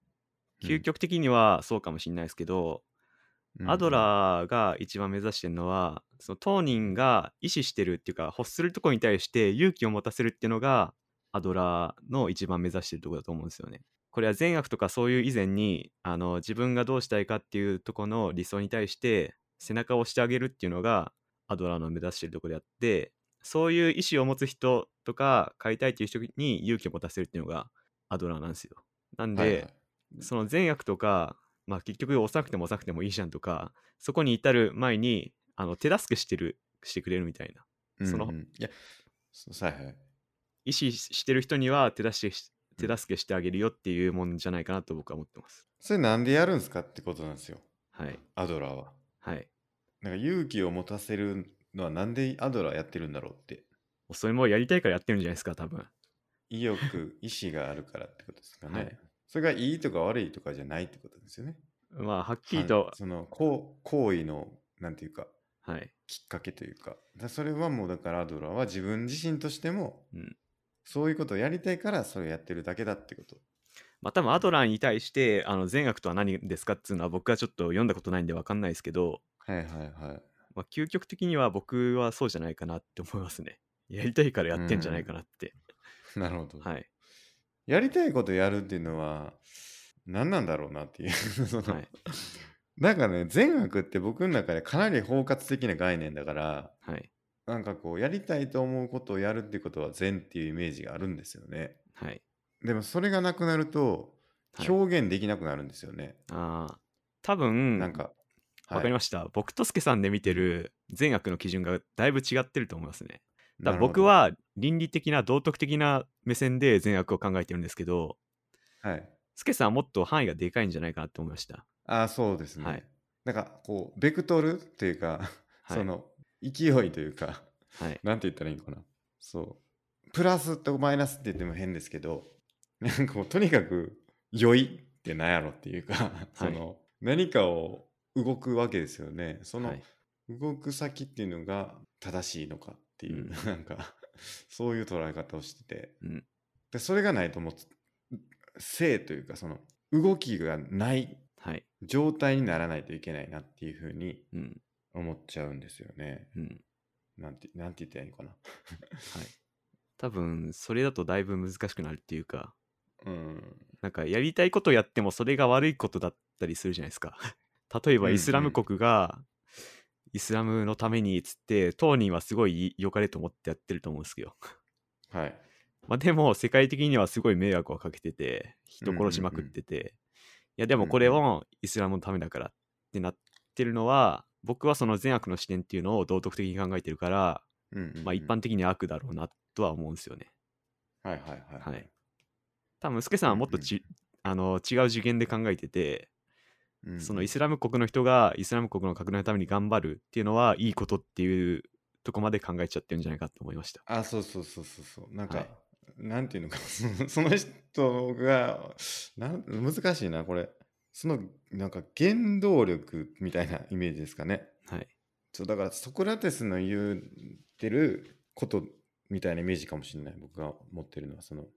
S2: 究極的にはそうかもしれないですけど、アド
S1: ー。
S2: ラーが一番目指してるのはその当人が意思してるっていうか欲するとこに対して勇気を持たせるっていうのがアドラーの一番目指してるとこだと思うんですよね。これは善悪とかそういう以前にあの自分がどうしたいかっていうとこの理想に対して背中を押してあげるっていうのがアドラーの目指してるとこであってそういう意思を持つ人とか買いたいっていう人に勇気を持たせるっていうのがアドラーなんですよ。なんで、
S1: はいはい
S2: その善悪とか、まあ、結局遅くても遅くてもいいじゃんとかそこに至る前にあの手助けしてるしてくれるみたいなその
S1: うんうんいや、そうはいはい。
S2: 意思してる人には手助けし手助けしてあげるよっていうもんじゃないかなと僕は思ってます
S1: それなんでやるんですかってことなんですよ。
S2: はい
S1: アドラーは。
S2: はい
S1: なんか勇気を持たせるのはなんでアドラーやってるんだろうって。
S2: それもやりたいからやってるんじゃないですか多分
S1: 意欲、意志があるからってことですかね。
S2: はい
S1: それがいいとか悪いとかじゃないってことですよね。
S2: まあはっきりと
S1: はそのこう行為の、なんていうか、
S2: はい
S1: きっかけというか。だそれはもうだからアドラーは自分自身としても、
S2: うん
S1: そういうことをやりたいからそれをやってるだけだってこと。
S2: まあ多分アドラーに対してあの善悪とは何ですかっていうのは僕はちょっと読んだことないんで分かんないですけど、
S1: はいはいはい。
S2: まあ、究極的には僕はそうじゃないかなって思いますねやりたいからやってんじゃないかなって、
S1: なるほど。
S2: はい
S1: やりたいことやるっていうのは何なんだろうなっていう その、
S2: はい
S1: なんかね善悪って僕の中でかなり包括的な概念だから
S2: はい
S1: なんかこうやりたいと思うことをやるってことは善っていうイメージがあるんですよね
S2: はい
S1: でもそれがなくなると
S2: はい
S1: 表現できなくなるんですよね、
S2: ああ、多分、
S1: なんか
S2: わかりました。僕とスケさんで見てる善悪の基準がだいぶ違ってると思いますね。だから僕、は倫理的な道徳的な目線で善悪を考えてるんですけど、
S1: なるほどはい、
S2: スケさんはもっと範囲がでかいんじゃないかなと思いました。
S1: ああそうですね、
S2: はい
S1: なんかこうベクトルっていうか、
S2: はい。
S1: その勢いというか
S2: はい、
S1: なんて言ったらいいのかな。そう。プラスとマイナスって言っても変ですけど、なんかもうとにかく、良いってなんやろっていうか、その、何かを動くわけですよね。そ
S2: は
S1: の
S2: い
S1: 動く先っていうのが正しいのかっていう、
S2: う
S1: なんか、そういう捉え方をしてて。
S2: うん
S1: で、それがないともう、性というか、その、動きがない
S2: はい。
S1: 状態にならないといけないなっていうふうに
S2: うん。
S1: 思っちゃうんですよね。
S2: うん。
S1: なんて、なんて言ったらいいのかな。
S2: 多分、それだとだいぶ難しくなるっていうか、
S1: うん。
S2: なんかやりたいことやってもそれが悪いことだったりするじゃないですか。 例えばイスラム国がイスラムのためにっつって当人はすごい良かれと思ってやってると思うんですけど。
S1: はい。
S2: まあでも世界的にはすごい迷惑をかけてて人殺しまくってて、いやでもこれをイスラムのためだからってなってるのは僕はその善悪の視点っていうのを道徳的に考えてるから、
S1: うんうんうん
S2: まあ一般的には悪だろうなとは思うんですよね。
S1: はいはいはい。
S2: はい。多分、スケさんはもっとち、あの違う次元で考えてて、
S1: うん
S2: そのイスラム国の人がイスラム国の拡大のために頑張るっていうのはいいことっていうとこまで考えちゃってるんじゃないかと思いました。
S1: あ、そうそうそうそうそう。なんか、
S2: はい
S1: なんていうのか、 そのその人がなん、難しいな、これ。その、なんか原動力みたいなイメージですかね。
S2: はい。
S1: そう、だからソクラテスの言ってることみたいなイメージかもしれない、僕が持ってるのは。その、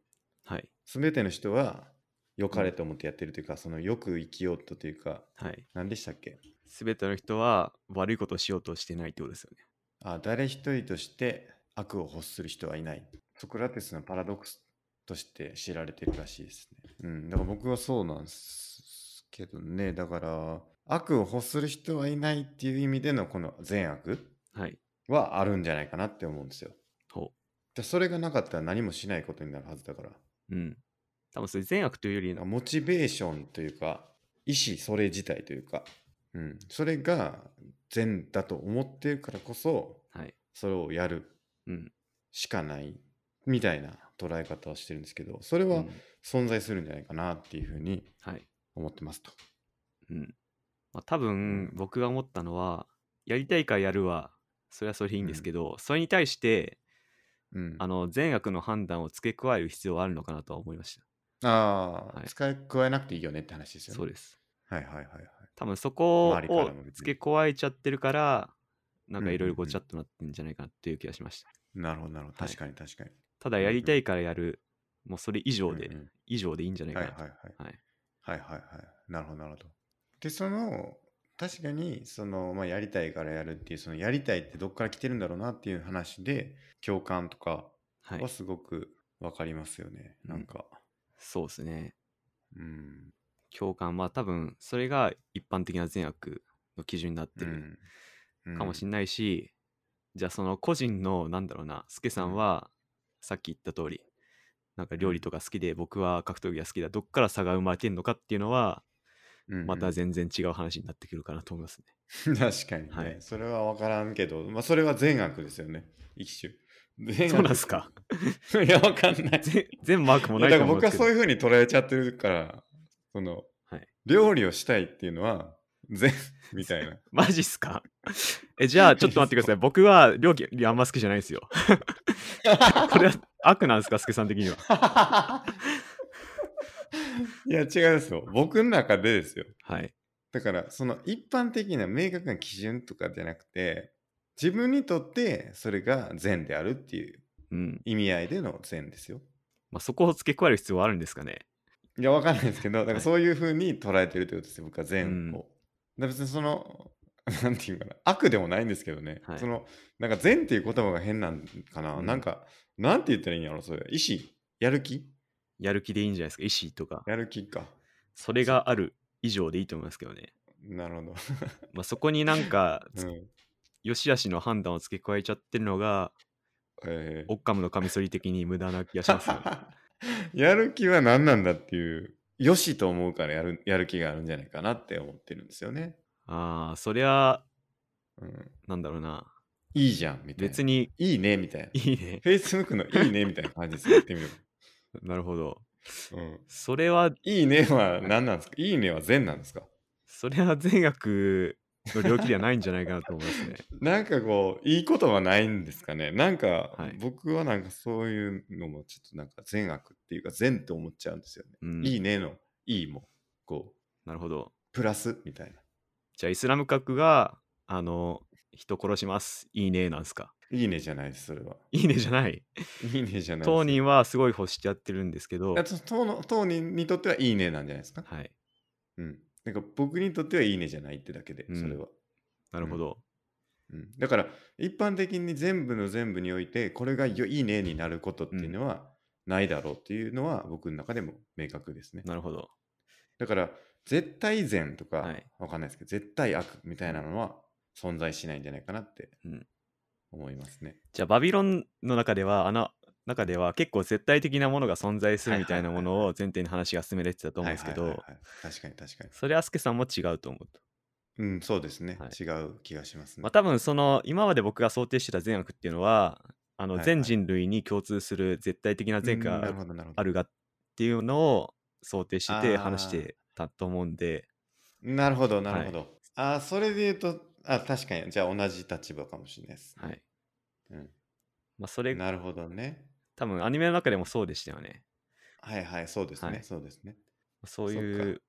S2: はい。
S1: すべての人は、良かれと思ってやってるというか、そのよく生きようとというか、
S2: はい。
S1: 何でしたっけ
S2: すべての人は悪いことをしようとしてないってことですよね。
S1: あ誰一人として悪を欲する人はいない。ソクラテスのパラドックスとして知られてるらしいですね。うん、だから僕はそうなんですけどね。だから、悪を欲する人はいないっていう意味でのこの善悪
S2: はい。
S1: はあるんじゃないかなって思うんですよ。
S2: ほ
S1: でそれがなかったら何もしないことになるはずだから。
S2: う。うん。多分それ善悪というより、
S1: モチベーションというか、意思それ自体というか、うん、それが善だと思ってるからこそ、
S2: はい。
S1: それをやる
S2: うん。
S1: しかないみたいな捉え方をしてるんですけどそれ
S2: う
S1: は
S2: ん
S1: 存在するんじゃないかなっていうふうに
S2: はい。
S1: 思ってますと。
S2: うん。まあ、多分、僕が思ったのは、やりたいからやるはそれはそれでいいんですけど、それに対して
S1: うん、
S2: あの善悪の判断を付け加える必要はあるのかなとは思いまし
S1: あー
S2: はい
S1: 使い加えなくていいよねって話です
S2: た
S1: よね。
S2: そうです
S1: はいはいはいはい。
S2: 多分そこ
S1: 周りからも
S2: を
S1: 別に
S2: 付け加えちゃってるからなんかいろい
S1: うんうんう
S2: ろ
S1: ん
S2: ごちゃっとなってんじゃないかなっていう気がしました、
S1: なるほどなるほど。
S2: はい
S1: 確かに確かに。
S2: ただやりたいからやるもうそれ以上で、
S1: うんうん
S2: 以上でいいんじゃないか
S1: はい
S2: な
S1: はい
S2: と、
S1: はい。
S2: は
S1: は
S2: い
S1: いはいはい。なるほどなるほど。で、その、確かに、その、まあ、やりたいからやるっていう、そのやりたいってどっから来てるんだろうなっていう話で、共感とか
S2: はい
S1: はすごくわかりますよね。
S2: うん
S1: なんか、
S2: そうですね
S1: うん。
S2: 共感は多分それが一般的な善悪の基準になって
S1: う
S2: る
S1: ん。うん
S2: かもしんないし、じゃあその個人のなんだろうなスケさんはさっき言った通りなんか料理とか好きで僕は格闘技が好きだどっから差が生まれてんのかっていうのは
S1: うんうん
S2: また全然違う話になってくるかなと思いますね、
S1: 確かにね、
S2: はい
S1: それは分からんけど、まあ、それは善悪ですよね一種善悪
S2: そうなんすか
S1: いや分かんない
S2: 全全マークも
S1: い
S2: な
S1: や
S2: い
S1: だか
S2: と
S1: ら
S2: 思う
S1: 僕
S2: んで
S1: は
S2: すけど
S1: そういうふうに捉えちゃってるからその、
S2: はい
S1: 料理をしたいっていうのは 善みたいな
S2: マジっすか えじゃあちょっと待ってください僕は料理あんま好きじゃないんですよ これは悪なんですかスケさん的にはい
S1: や違うですよ僕の中でですよ
S2: はい
S1: だからその一般的な明確な基準とかじゃなくて自分にとってそれが善であるっていう
S2: うん
S1: 意味合いでの善ですよ
S2: まあ、そこを付け加える必要はあるんですかね
S1: いや、わかんないですけど、だから
S2: はい
S1: そういうふうに捉えてるってことですよ、僕は善を。だから別にその、 なんていうかな、悪でもないんですけどね、
S2: はい
S1: その、なんか善っていう言葉が変なんかな、
S2: うん
S1: なんか、なんて言ったらいいんやろ、それ。意思やる気
S2: やる気でいいんじゃないですか意思とか
S1: やる気か。
S2: それがある以上でいいと思いますけどね、
S1: な るほど。
S2: まあ、そこになんか、
S1: う
S2: つ
S1: ん
S2: 良し悪しの判断を付け加えちゃってるのが
S1: えー
S2: オッカムのカミソリ的に無駄な気が しますよね
S1: やる気は何なんだっていう、よしと思うからやるやる気があるんじゃないかなって思ってるんですよね。
S2: ああそりゃ
S1: うん、
S2: なんだろうない
S1: いじゃん、みたいな。
S2: 別に
S1: いいね、みたいな。
S2: いいね
S1: Facebook のいいね、みたいな感じですよ。やってみる。
S2: なるほど
S1: うん
S2: それはい
S1: いねは何なんですかいいねは善なんですか
S2: それは善悪の領域ではないんじゃないかなと思 いますね
S1: なんかこう、いいことはないんですかねなんか、
S2: はい
S1: 僕はなんかそういうのもちょっとなんか善悪っていうか善って思っちゃうんですよね。
S2: うん
S1: いいねのいいも、こう、
S2: なるほど
S1: プラスみたい
S2: じゃあイスラム閣があの人殺しますいいねなんすか
S1: な。いいねじゃないです、それは。
S2: いいねじゃない
S1: いいねじゃないです。
S2: 当人はすごい欲しちゃってるんですけど
S1: あと当の当人にとってはいいねなんじゃないですか
S2: はい
S1: うん。なんか僕にとってはいいねじゃないってだけで、
S2: うん
S1: それは。
S2: なるほど、
S1: うん、だから一般的に全部の全部においてこれがよいいねになることっていうのはないだろうっていうのは僕の中でも明確ですね。
S2: なるほど
S1: だから絶対善とか
S2: はい
S1: わかんないですけど、絶対悪みたいなのは存在しないんじゃないかなって
S2: うん
S1: 思いますね。
S2: じゃあバビロンの中ではあの中では結構絶対的なものが存在するみたいなものを前提に話が進められてたと思うんですけ
S1: はいは
S2: ど
S1: いはいはい確かに確かに。
S2: それはスケさんも違うと思うと
S1: うん、そうですね。
S2: はい
S1: 違う気がしますね。
S2: まあ多分その今まで僕が想定してた善悪っていうのはあの
S1: はい
S2: 全人類に共通する絶対的な善
S1: うんなる
S2: が
S1: ほどなるほど
S2: あるがっていうのを想定し
S1: あ
S2: て
S1: ー
S2: 話してたと思うんで
S1: なるほど、なるほど。ああ、それで言うと、あ確かに、じゃあ同じ立場かもしれないです。
S2: はい
S1: うん
S2: まあそれ
S1: なるほどね。
S2: 多分アニメの中でもそうでしたよね
S1: はいはい、そうですね、
S2: はい
S1: そうですね。
S2: そう
S1: そ
S2: い
S1: っ
S2: う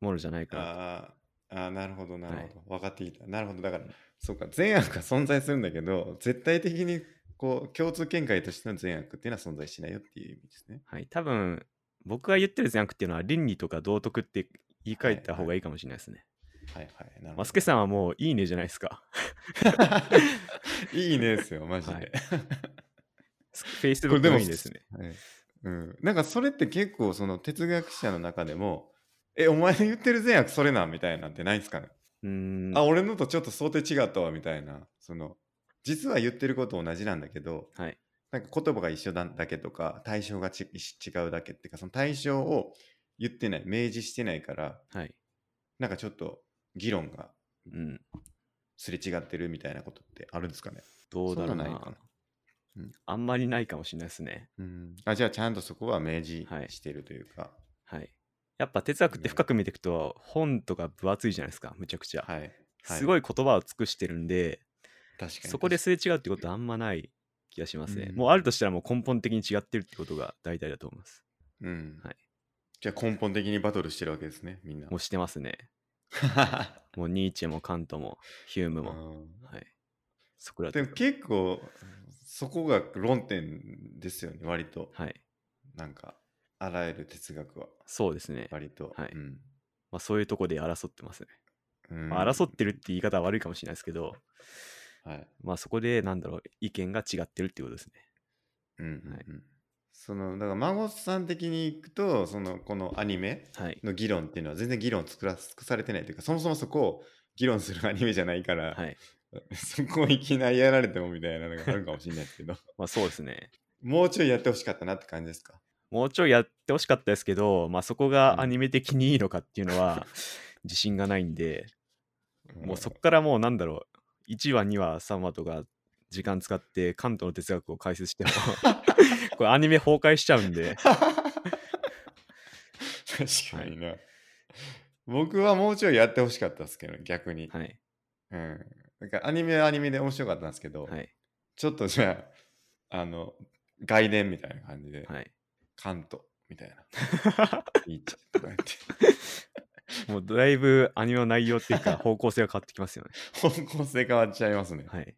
S2: ものじゃないかなと
S1: あーあー、なるほど、なる
S2: はい
S1: ほど。分かってきた。なるほど。だから、そうか、善悪が存在するんだけど、絶対的にこう共通見解としての善悪っていうのは存在しないよっていう意味ですね。
S2: はい、多分僕が言ってる善悪っていうのは倫理とか道徳って言い換えた方がいいかもしれないですね。
S1: はいはい。なるほ
S2: マ
S1: ど
S2: スケさんはもういいねじゃないですか。
S1: いいねですよ、マジで。
S2: は
S1: はいい
S2: Facebook のいいですね。
S1: うん、なんかそれって結構その哲学者の中でも、え、お前の言ってる善悪それなんみたいなんてないんですかね、
S2: うーん。
S1: あ、
S2: は
S1: 俺のとちょっと想定違ったわみたいな、その、実は言ってること同じなんだけど、
S2: い。
S1: なんか言葉が一緒だだけとか対象がち違うだけっていうかその対象を言ってない明示してないから
S2: はい。
S1: なんかちょっと議論が
S2: うん。
S1: すれ違ってるみたいなことってあるんですかね
S2: どうだろうな。
S1: そんなのないかなうん
S2: あんまりないかもしれないですね。
S1: うんあじゃあちゃんとそこは明示
S2: はい
S1: してるというか
S2: はい。やっぱ哲学って深く見ていくと本とか分厚いじゃないですか、むちゃくちゃ。
S1: はい、はい
S2: すごい言葉を尽くしてるんで、
S1: 確かに。
S2: そこですれ違うってことはあんまない気がしますね。
S1: うん
S2: もうあるとしたらもう根本的に違ってるってことが大体だと思います。
S1: うん。
S2: はい
S1: じゃあ根本的にバトルしてるわけですね、みんな。
S2: もうして ますね。もうニーチェもカントもヒュームも。
S1: うん
S2: はい。そこら
S1: でも結構、そこが論点ですよね、割と。
S2: はい。
S1: なんか、あらゆる哲学は、
S2: そうですね。
S1: 割と。
S2: はい
S1: うん
S2: まあそういうとこで争ってますね。
S1: うん
S2: まあ争ってるって言い方は悪いかもしれないですけど、
S1: はい。
S2: まあそこでなんだろう、意見が違ってるってことですね。
S1: うんうんうん
S2: はい
S1: その、だから、孫さん的にいくと、その、このアニメ
S2: はい。
S1: の議論っていうのは全然議論作ら尽くされてないというか、そもそもそこを議論するアニメじゃないから、
S2: はい。
S1: そこをいきなりやられてもみたいなのがあるかもしれないですけ ど、
S2: まあそうですね。
S1: もうちょいやってほしかったなって感じですか。
S2: もうちょいやってほしかったですけど、まあそこ
S1: うん
S2: がアニメ的にいいのかっていう のは自信がないんで、もうそこからもうなんだろう、1話、2話、3話とか時間使って関東の哲学を解説 しても、これアニメ崩壊しちゃうんで、
S1: 確かにな。僕はもうちょいやってほしかったですけど、逆に。
S2: はい。
S1: うん。なんかアニメはアニメで面白かったんですけど、
S2: はい。
S1: ちょっとじゃあ、あの、外伝みたいな感じで、
S2: はい。
S1: 関東みたいな。いいちとか言って。
S2: もうだいぶアニメの内容ってい うか方向性が変わってきますよね。
S1: 方向性変わっちゃいますね。
S2: はい。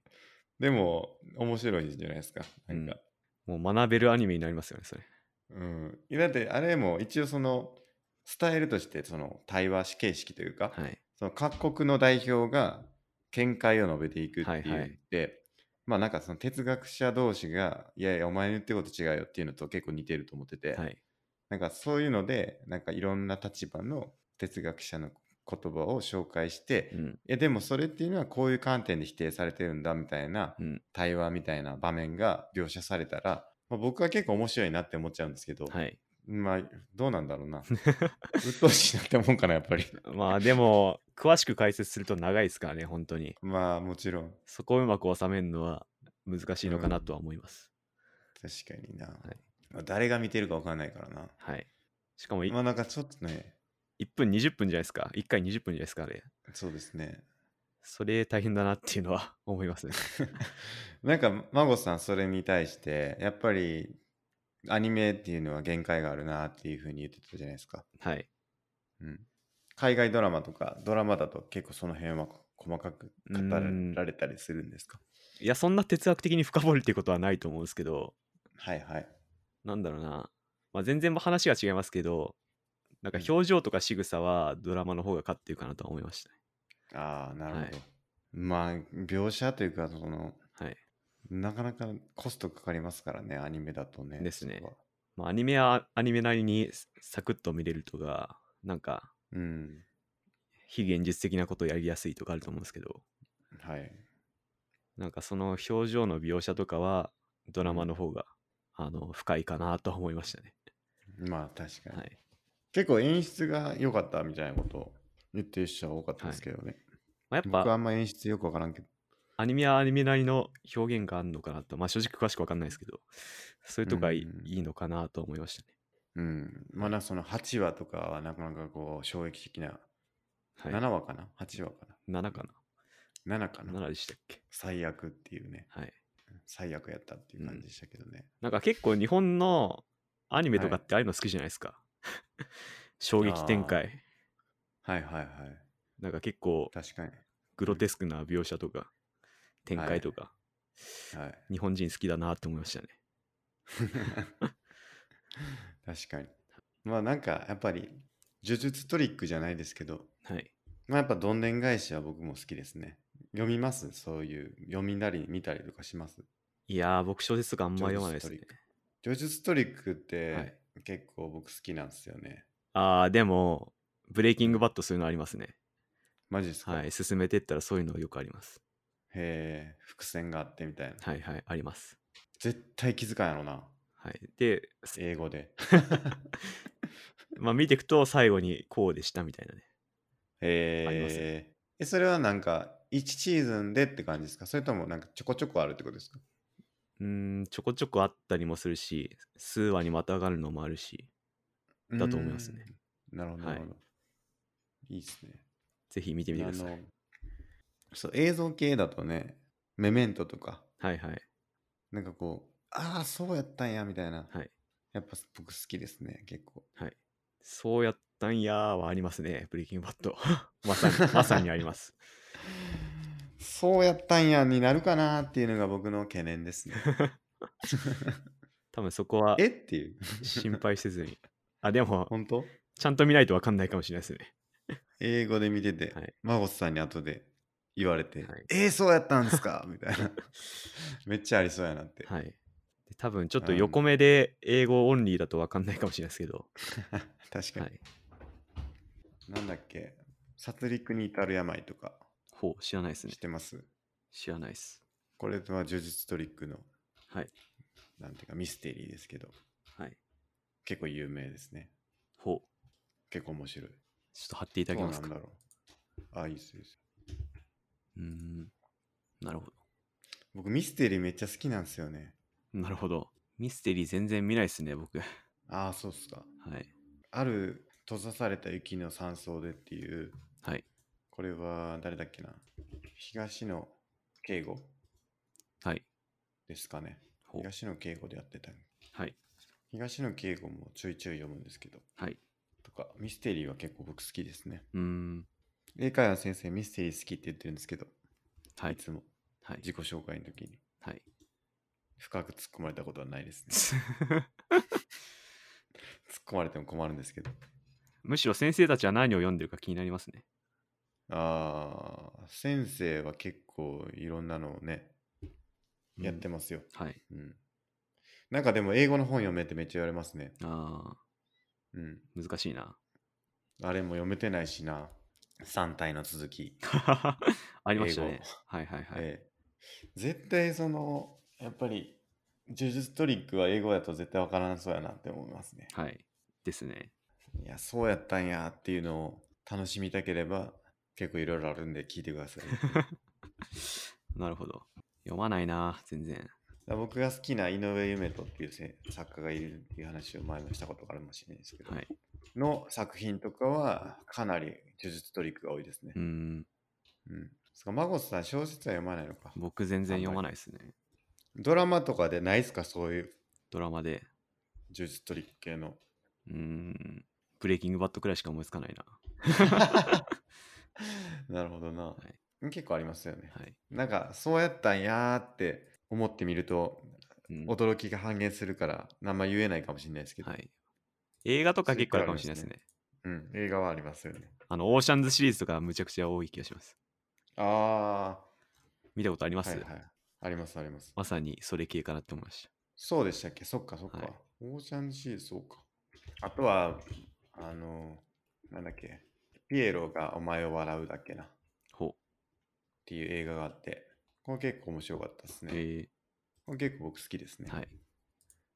S1: でも、面白いじゃないですか。なんか。
S2: もう学べるアニメになりますよね、それ。
S1: うん。いやだって、あれも一応その、スタイルとして、その、対話形式というか、
S2: はい。
S1: その各国の代表が見解を述べていくっていうので、
S2: はいはい
S1: まあなんかその哲学者同士がいやいやお前の言ってること違うよっていうのと結構似てると思ってて、
S2: はい。
S1: なんかそういうのでなんかいろんな立場の哲学者の言葉を紹介して、
S2: う
S1: い
S2: ん。
S1: やでもそれっていうのはこういう観点で否定されてるんだみたいな
S2: うん。
S1: 対話みたいな場面が描写されたら、まあ、僕は結構面白いなって思っちゃうんですけど、
S2: はい。
S1: まあどうなんだろう な鬱陶しいなって思うかなやっぱり
S2: まあでも、詳しく解説すると長いですからね、本当に。
S1: まあもちろん
S2: そこをうまく収めるのは難しいのかなとは思います。
S1: 確かにな、
S2: い
S1: まあ誰が見てるか分かんないからな
S2: はい。しかもい、
S1: まあなんかちょっとね
S2: 1分20分じゃないですか。1回20分じゃないですか、あれ。
S1: そうですね
S2: それ大変だなっていうのは 思いますね。
S1: なんか孫さんそれに対してやっぱりアニメっていうのは限界があるなっていうふうに言ってたじゃないですか、
S2: はい。
S1: うん、海外ドラマとかドラマだと結構その辺は細かく語
S2: うん
S1: られたりするんですか
S2: いや、そんな哲学的に深掘るっていうことはないと思うんですけど、
S1: はいはい
S2: なんだろうな、まあ、全然話は違いますけど、なんか
S1: うん
S2: 表情とか仕草はドラマの方が勝ってるかなとは思いましたね。
S1: ああなるほど、
S2: はい
S1: まあ描写というかその
S2: はい。
S1: なかなかコストかかりますからねアニメだとね
S2: ですね
S1: そこは
S2: まあ、アニメはアニメなりにサクッと見れるとか、なんか
S1: うん
S2: 非現実的なことをやりやすいとかあると思うんですけど、
S1: はい
S2: なんかその表情の描写とかはドラマの方が、あの深いかなとは思いましたね。
S1: まあ確かに、
S2: はい。
S1: 結構演出が良かったみたいなことを言ってる人は多かったですけどね、
S2: まあ、やっ
S1: 僕はあ
S2: ぱ
S1: んま演出よくわからんけど
S2: アニメはアニメなりの表現があるのかなと、まあ正直詳しくわかんないですけど、そういうとこがいい,、
S1: うん
S2: いいのかなと思いましたね。
S1: うんまあなその8話とかはなかなかこう衝撃的な、
S2: はい。
S1: 7話かな8話か
S2: 7, か
S1: な7か
S2: な
S1: な
S2: ?7 でしたっけ
S1: 最悪っていうね
S2: はい。
S1: 最悪やったっていう感じでしたけどね、
S2: なんか結構日本のアニメとか
S1: はい
S2: ってああいうの好きじゃないで すか。衝撃展開。
S1: はいはいはい
S2: なんか結構
S1: 確かに
S2: グロテスクな描写とか展開とか、
S1: はい
S2: 日本人好きだなって思いましたね。
S1: 確かにまあなんかやっぱり呪術トリックじゃないですけど
S2: はい。
S1: まあやっぱどんでん返しは僕も好きですね読みますそういう読みなり見たりとかします
S2: いやー、僕小説とかあんま読まないですね
S1: ジョージス。叙述トリックって、
S2: はい
S1: 結構僕好きなんですよね。
S2: あー、でも、ブレイキングバットそういうのありますね。
S1: マジですか、
S2: は
S1: へ
S2: い。進めてったらそういうのよくあります。
S1: え、伏線があってみたいな。
S2: はいはい、あります。
S1: 絶対気づかんやろな、
S2: はい。で、
S1: 英語で。
S2: まあ見ていくと最後にこうでしたみたいなね。
S1: へ
S2: あります
S1: え、えそれはなんか1シーズンでって感じですかそれともなんかちょこちょこあるってことですか
S2: うーん、ちょこちょこあったりもするし、数話にまたがるのもあるし、だと思いますね。
S1: うんなるほど、
S2: は
S1: ないるほど。いいですね。
S2: ぜひ見てみてください。
S1: あのそう映像系だとね、メメントとか、
S2: はいはい。
S1: なんかこう、ああ、そうやったんや、みたいな。
S2: はい
S1: やっぱ僕好きですね、結構。
S2: そうやったんやーはありますね。ブレイキングバッ ト。まさに、まさにあります。
S1: そうやったんやになるかなっていうのが僕の懸念です ね。
S2: 多分そこは
S1: えっていう。
S2: 心配せずに。あ、でも、
S1: 本当
S2: ちゃんと見ないとわかんないかもしれないですね。
S1: 英語で見てて、
S2: はい
S1: マゴスさんに後で言われて、
S2: はい
S1: えー、そうやったんです かみたいな。めっちゃありそうやなって。
S2: はい。で多分ちょっと
S1: うん
S2: 横目で英語オンリーだとわかんないかもしれないですけど。
S1: 確かに、
S2: はい。
S1: なんだっけ、殺戮に至る病とか
S2: ほう、知らないですね
S1: 知っ。てます
S2: 知らないです。
S1: これは呪術トリックの、
S2: はい。
S1: なんていうかミステリーですけど、
S2: はい。
S1: 結構有名ですね。
S2: ほう。
S1: 結構面白い。
S2: ちょっと貼っていただけますか。
S1: どうなんだろう。あ、いいですいいです。
S2: うーん。なるほ
S1: 僕ミステリーめっちゃ好きなんですよね。
S2: ど。なるほど。ミステリー全然見ないですね、僕。は
S1: ああ、そうっすか。
S2: い。
S1: ある閉ざされた雪の山荘でっていう、
S2: はい。
S1: これは誰だっけな東野敬吾
S2: はい。
S1: ですかね。
S2: ほう。
S1: 東野敬吾でやってた。
S2: はい。
S1: 東野敬吾もちょいちょい読むんですけど、
S2: はい。
S1: とか、ミステリーは結構僕好きですね。
S2: うーん。
S1: 英会話の先生、ミステリー好きって言ってるんですけど、
S2: はいい。
S1: つも
S2: はい。
S1: 自己紹介の時に
S2: はい。
S1: 深く突っ込まれたことはないですね。突っ込まれても困るんですけど。
S2: むしろ先生たちは何を読んでるか気になりますね。
S1: ああ、先生は結構いろんなのをね、やってますよ。
S2: はい。
S1: うん。なんかでも英語の本読めってめっちゃ言われますね。
S2: あ
S1: うん。
S2: ー、難し いな。
S1: あれも読めてないしな。3体の続き。
S2: ありましたね。はいはいはい。
S1: ええ絶対その、やっぱり、呪術トリックは英語だと絶対わからなそうやなって思いますね。
S2: はい。ですね。
S1: いや、そうやったんやっていうのを楽しみたければ、結構いろいろあるんで聞いてください。だか
S2: なるほど。読まないな、全然。
S1: ら僕が好きな井上夢人っていうせ作家がいるっていう話を前もしたことがあるかもしれないですけど、
S2: はい。
S1: の作品とかはかなり呪術トリックが多いですね
S2: うー。ん。
S1: うん。そっかマゴスさん、小説は読まないのか。
S2: 僕全然読まないですね。
S1: ドラマとかでないですか、そういう
S2: ドラマで。
S1: 呪術トリック系の。
S2: うーん。ブレイキングバットくらいしか思いつかないな。
S1: なるほどな。結構ありますよね。
S2: はい。
S1: なんか、そうやったんやーって思ってみると、
S2: うん
S1: 驚きが半減するから、あんま言えないかもしれないですけど、
S2: はい。映画とか結構あるかもしれないですね。
S1: うん、映画はありますよね。
S2: あの、オーシャンズシリーズとかむちゃくちゃ多い気がします。
S1: あ
S2: 見たことありま
S1: ー、は
S2: す、
S1: いはい。ありますあります。
S2: まさにそれ系かなって思いました。
S1: そうでしたっけそっかそっか。
S2: はい
S1: オーシャンシーズ、そうか。あとは、あの、なんだっけ、ピエロがお前を笑うだっけな。
S2: ほ
S1: っていう映画があって、これ結構面白かったです
S2: う。
S1: ね。
S2: え
S1: これ結構僕好きですね。
S2: ー、はい。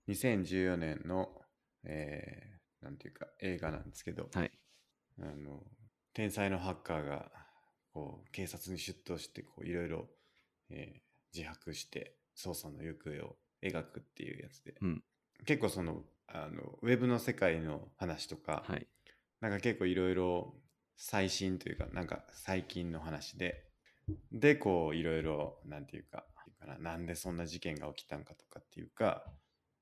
S1: 2014年の、えー、なんていうか映画なんですけど、
S2: はい。
S1: あの天才のハッカーがこう警察に出頭してこういろいろ、えー自白して捜査の行方を描くっていうやつで、
S2: うん
S1: 結構そのあのウェブの世界の話とか、
S2: はい。
S1: なんか結構いろいろ最新というか、なんか最近の話で、で、こういろいろ、なんていうか、なんていうかななんでそんな事件が起きたんかとかっていうか、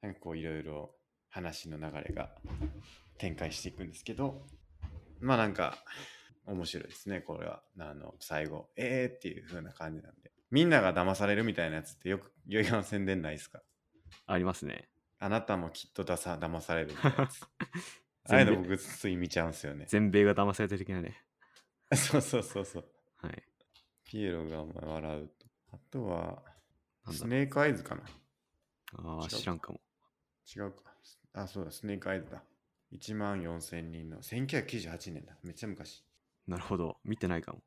S1: なんかこういろいろ話の流れが展開していくんですけど、まあなんか面白いですね、これは。あの、最後、えーっていう風な感じなんで。みんなが騙されるみたいなやつってよく、よいの宣伝ないですか
S2: ありますね。
S1: あなたもきっとださ騙されるみたいなやつ。ああいうの僕つい見ちゃうんですよね。
S2: 全米が騙されてる的なね。
S1: そうそうそうそう。
S2: はい。
S1: ピエロがお前笑うと。あとは、
S2: なん
S1: ス
S2: だろう
S1: ネークアイズかな
S2: ああ、
S1: 違う
S2: 知らんかも。
S1: 違うか。あ、そうだ、スネークアイズだ。1万4000人の、1998年だ。めっちゃ昔。
S2: なるほど。見てないかも。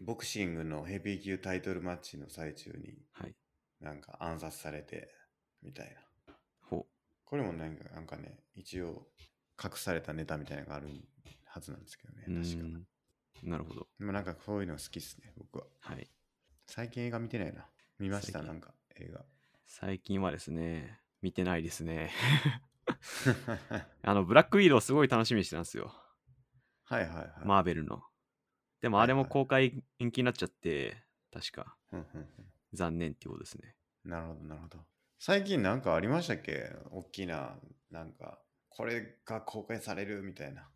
S1: ボクシングのヘビー級タイトルマッチの最中に、
S2: はい。
S1: なんか暗殺されて、みたいな。
S2: ほ
S1: これもなんか、なんかね、一応、隠されたネタみたいなのがあるはずなんですけどね、
S2: う。うー
S1: 確か。
S2: ん。なるほど。
S1: でもなんか、そういうの好きっすね、僕は。
S2: はい。最
S1: 最近映画見てないな。見ました、
S2: 最近
S1: なんか、映画。
S2: 近はですね、見てないですね。 あの、ブラックウィードウすごい楽しみにしてたんですよ。
S1: はいはいはい。
S2: マーベルの。でも
S1: はい
S2: あれも公開延期になっちゃって、確か。
S1: うんうんうん
S2: 残念っていうことですね。
S1: なるほど、なるほど。最近なんかありましたっけ大きな、なんか、これが公開されるみたいな。
S2: 好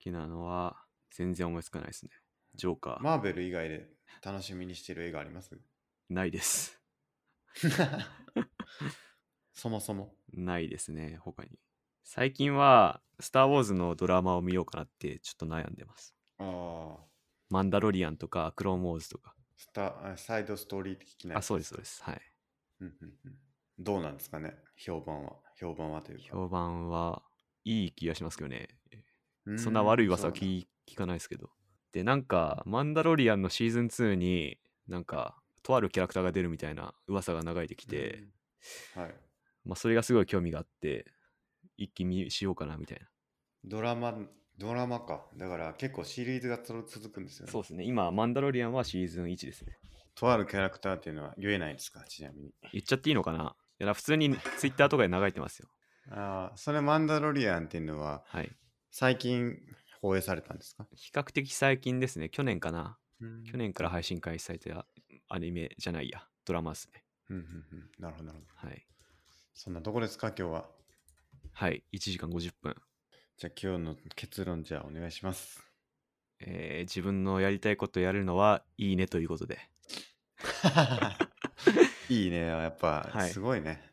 S2: きなのは、全然思いつかないですね。ジョーカー、
S1: マーベル以外で楽しみにしてる映画あります
S2: ないです。
S1: そもそも。
S2: ないですね、他に。最近は、スター・ウォーズのドラマを見ようかなって、ちょっと悩んでます。
S1: ああ、
S2: マンダロリアンとか、クローン・ウォーズとか。
S1: スタあサイドストーリー的な。
S2: あ、そうです、そうです。はい。
S1: うんうんうん。どうなんですかね評判は。評判はというか。
S2: 評判は、いい気がしますけどね。そんな悪い噂
S1: う
S2: は聞聞かないですけど。で、なんか、マンダロリアンのシーズン2に、なんか、とあるキャラクターが出るみたいな噂が流れてき
S1: んそうなんだ
S2: て、
S1: うんはい。
S2: まあ、それがすごい興味があって、一気見しようかなみたいな。
S1: ドラマ、ドラマか。だから結構シリーズがつろ続くんですよね。
S2: そうですね。今、マンダロリアンはシーズン1ですね。
S1: とあるキャラクターっていうのは言えないんですかちなみに。
S2: 言っちゃっていいのかないや、普通にツイッターとかで流れてますよ。
S1: ああ、それマンダロリアンっていうのは
S2: はい。
S1: 最近放映されたんですか
S2: 比較的最近ですね。去年かな。去
S1: 去。
S2: 年から配信開始されたアニメじゃないや、ドラマですね。
S1: うんうんうん。なるほど、なるほど。
S2: はい。
S1: そんなとこですか今日は。
S2: はい。1時間50分。
S1: じゃあ今日の結論じゃあお願いし ます。
S2: えー自分のやりたいことやるのはいいねということで。
S1: いいね、やっぱ
S2: はい
S1: すごいね。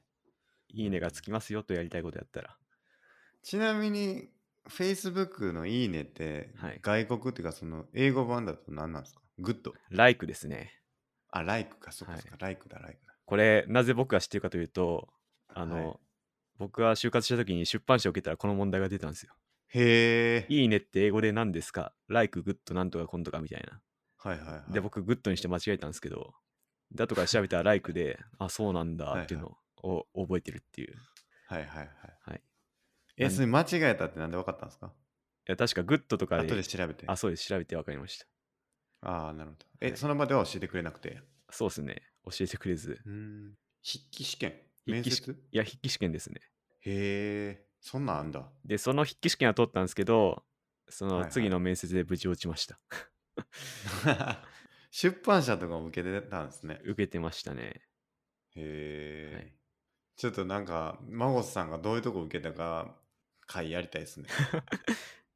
S2: いいねがつきますよとやりたいことやったら。
S1: ちなみに Facebook のいいねって、
S2: はい
S1: 外国っていうかその英語版だと何なんですかグッド。
S2: like ですね。
S1: あ、ライクか、そっか
S2: はい
S1: そっか、ライクだ、ライクだ。
S2: これ、なぜ僕が知ってるかというと、あの、
S1: はい
S2: 僕が就活した時に出版社を受けたらこの問題が出たんですよ。
S1: へえ。
S2: いいねって英語で何ですか ?like, good, なんとかこんとかみたいな。
S1: はいはいはい。
S2: で、僕、good にして間違えたんですけど、だとか調べたら like で、あ、そうなん
S1: はいは
S2: だ
S1: い
S2: っていうのを覚えてるっていう。い
S1: はいはいはい。
S2: はい
S1: え、
S2: なん
S1: それ間違えたってなんで分かったんですか
S2: や、確か good とか
S1: 後
S2: で
S1: で、調べて。
S2: あ、そうです、調べて分かりました。
S1: ああ、なるほど。え、
S2: はい
S1: その場では教えてくれなくて。
S2: そうですね。教えてくれず。
S1: うん。筆記試験
S2: 筆
S1: 面
S2: 記試
S1: 接
S2: いや、筆記試験ですね。
S1: へえ、そんなんあんだ。
S2: で、その筆記試験は取ったんですけど、そ
S1: はい
S2: の
S1: はい
S2: 次の面接で無事落ちました。
S1: 出版社とかも受けてたんですね。
S2: 受けてましたね。
S1: へえ、
S2: はい
S1: ちょっとなんか、孫さんがどういうとこ受けたか、回やりたい ですね。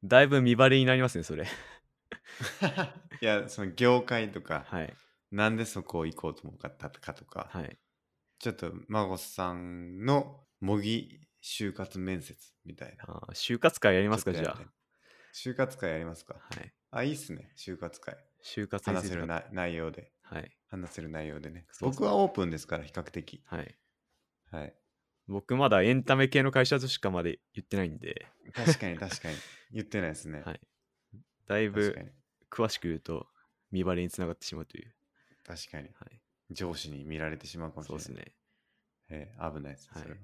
S2: だいぶ見バレになりますね、 それ。
S1: いや、その業界とか、
S2: はい。
S1: なんでそこを行こうと思ったかとか、
S2: はい。
S1: ちょっと孫さんの模擬就活面接みたいな。
S2: あー就活会やりますか、
S1: ちょっ
S2: じ
S1: と
S2: ゃ
S1: やりたい就活会やりますか
S2: あ。はい。
S1: あ、いいっすね、就活会。
S2: 就活につ
S1: 話
S2: い
S1: せ
S2: て
S1: る
S2: か。
S1: な内容で。
S2: はい。
S1: 話せる内容でね。
S2: そうそう
S1: 僕はオープンですから、比較的。
S2: はい。
S1: はい。
S2: 僕まだエンタメ系の会社としかまで言ってないんで、
S1: 確 かに確かに。言ってないですね。
S2: はいだい
S1: 確
S2: ぶ
S1: かに。
S2: 詳しく言うと見バレにつながってしまうという。
S1: 確かに。
S2: はい。
S1: 上司に見られてしまうかもし
S2: そ
S1: れ
S2: う
S1: な
S2: で
S1: い。
S2: すね。
S1: えー危ないです、
S2: はい
S1: それは。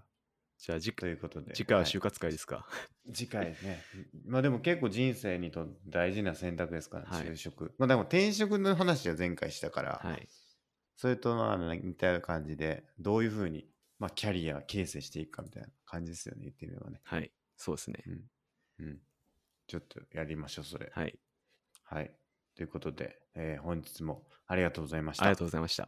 S2: じゃあ次
S1: と
S2: 回、
S1: いうことで。
S2: 次回は
S1: はい
S2: 就活会ですか。
S1: 次回ね。まあでも結構人生にとって大事な選択ですから、
S2: はい
S1: 就職。まあでも転職の話は前回したから、
S2: はい。
S1: それとまあ似たような感じで、どういうふうに、まあ、キャリア形成していくかみたいな感じですよね、言ってみればね。
S2: はい。そうですね。
S1: うん。ちょっとやりましょう、それ。
S2: はい。
S1: はい。ということで、えー本日もありがとうございまし
S2: あ
S1: た。
S2: りがとうございました。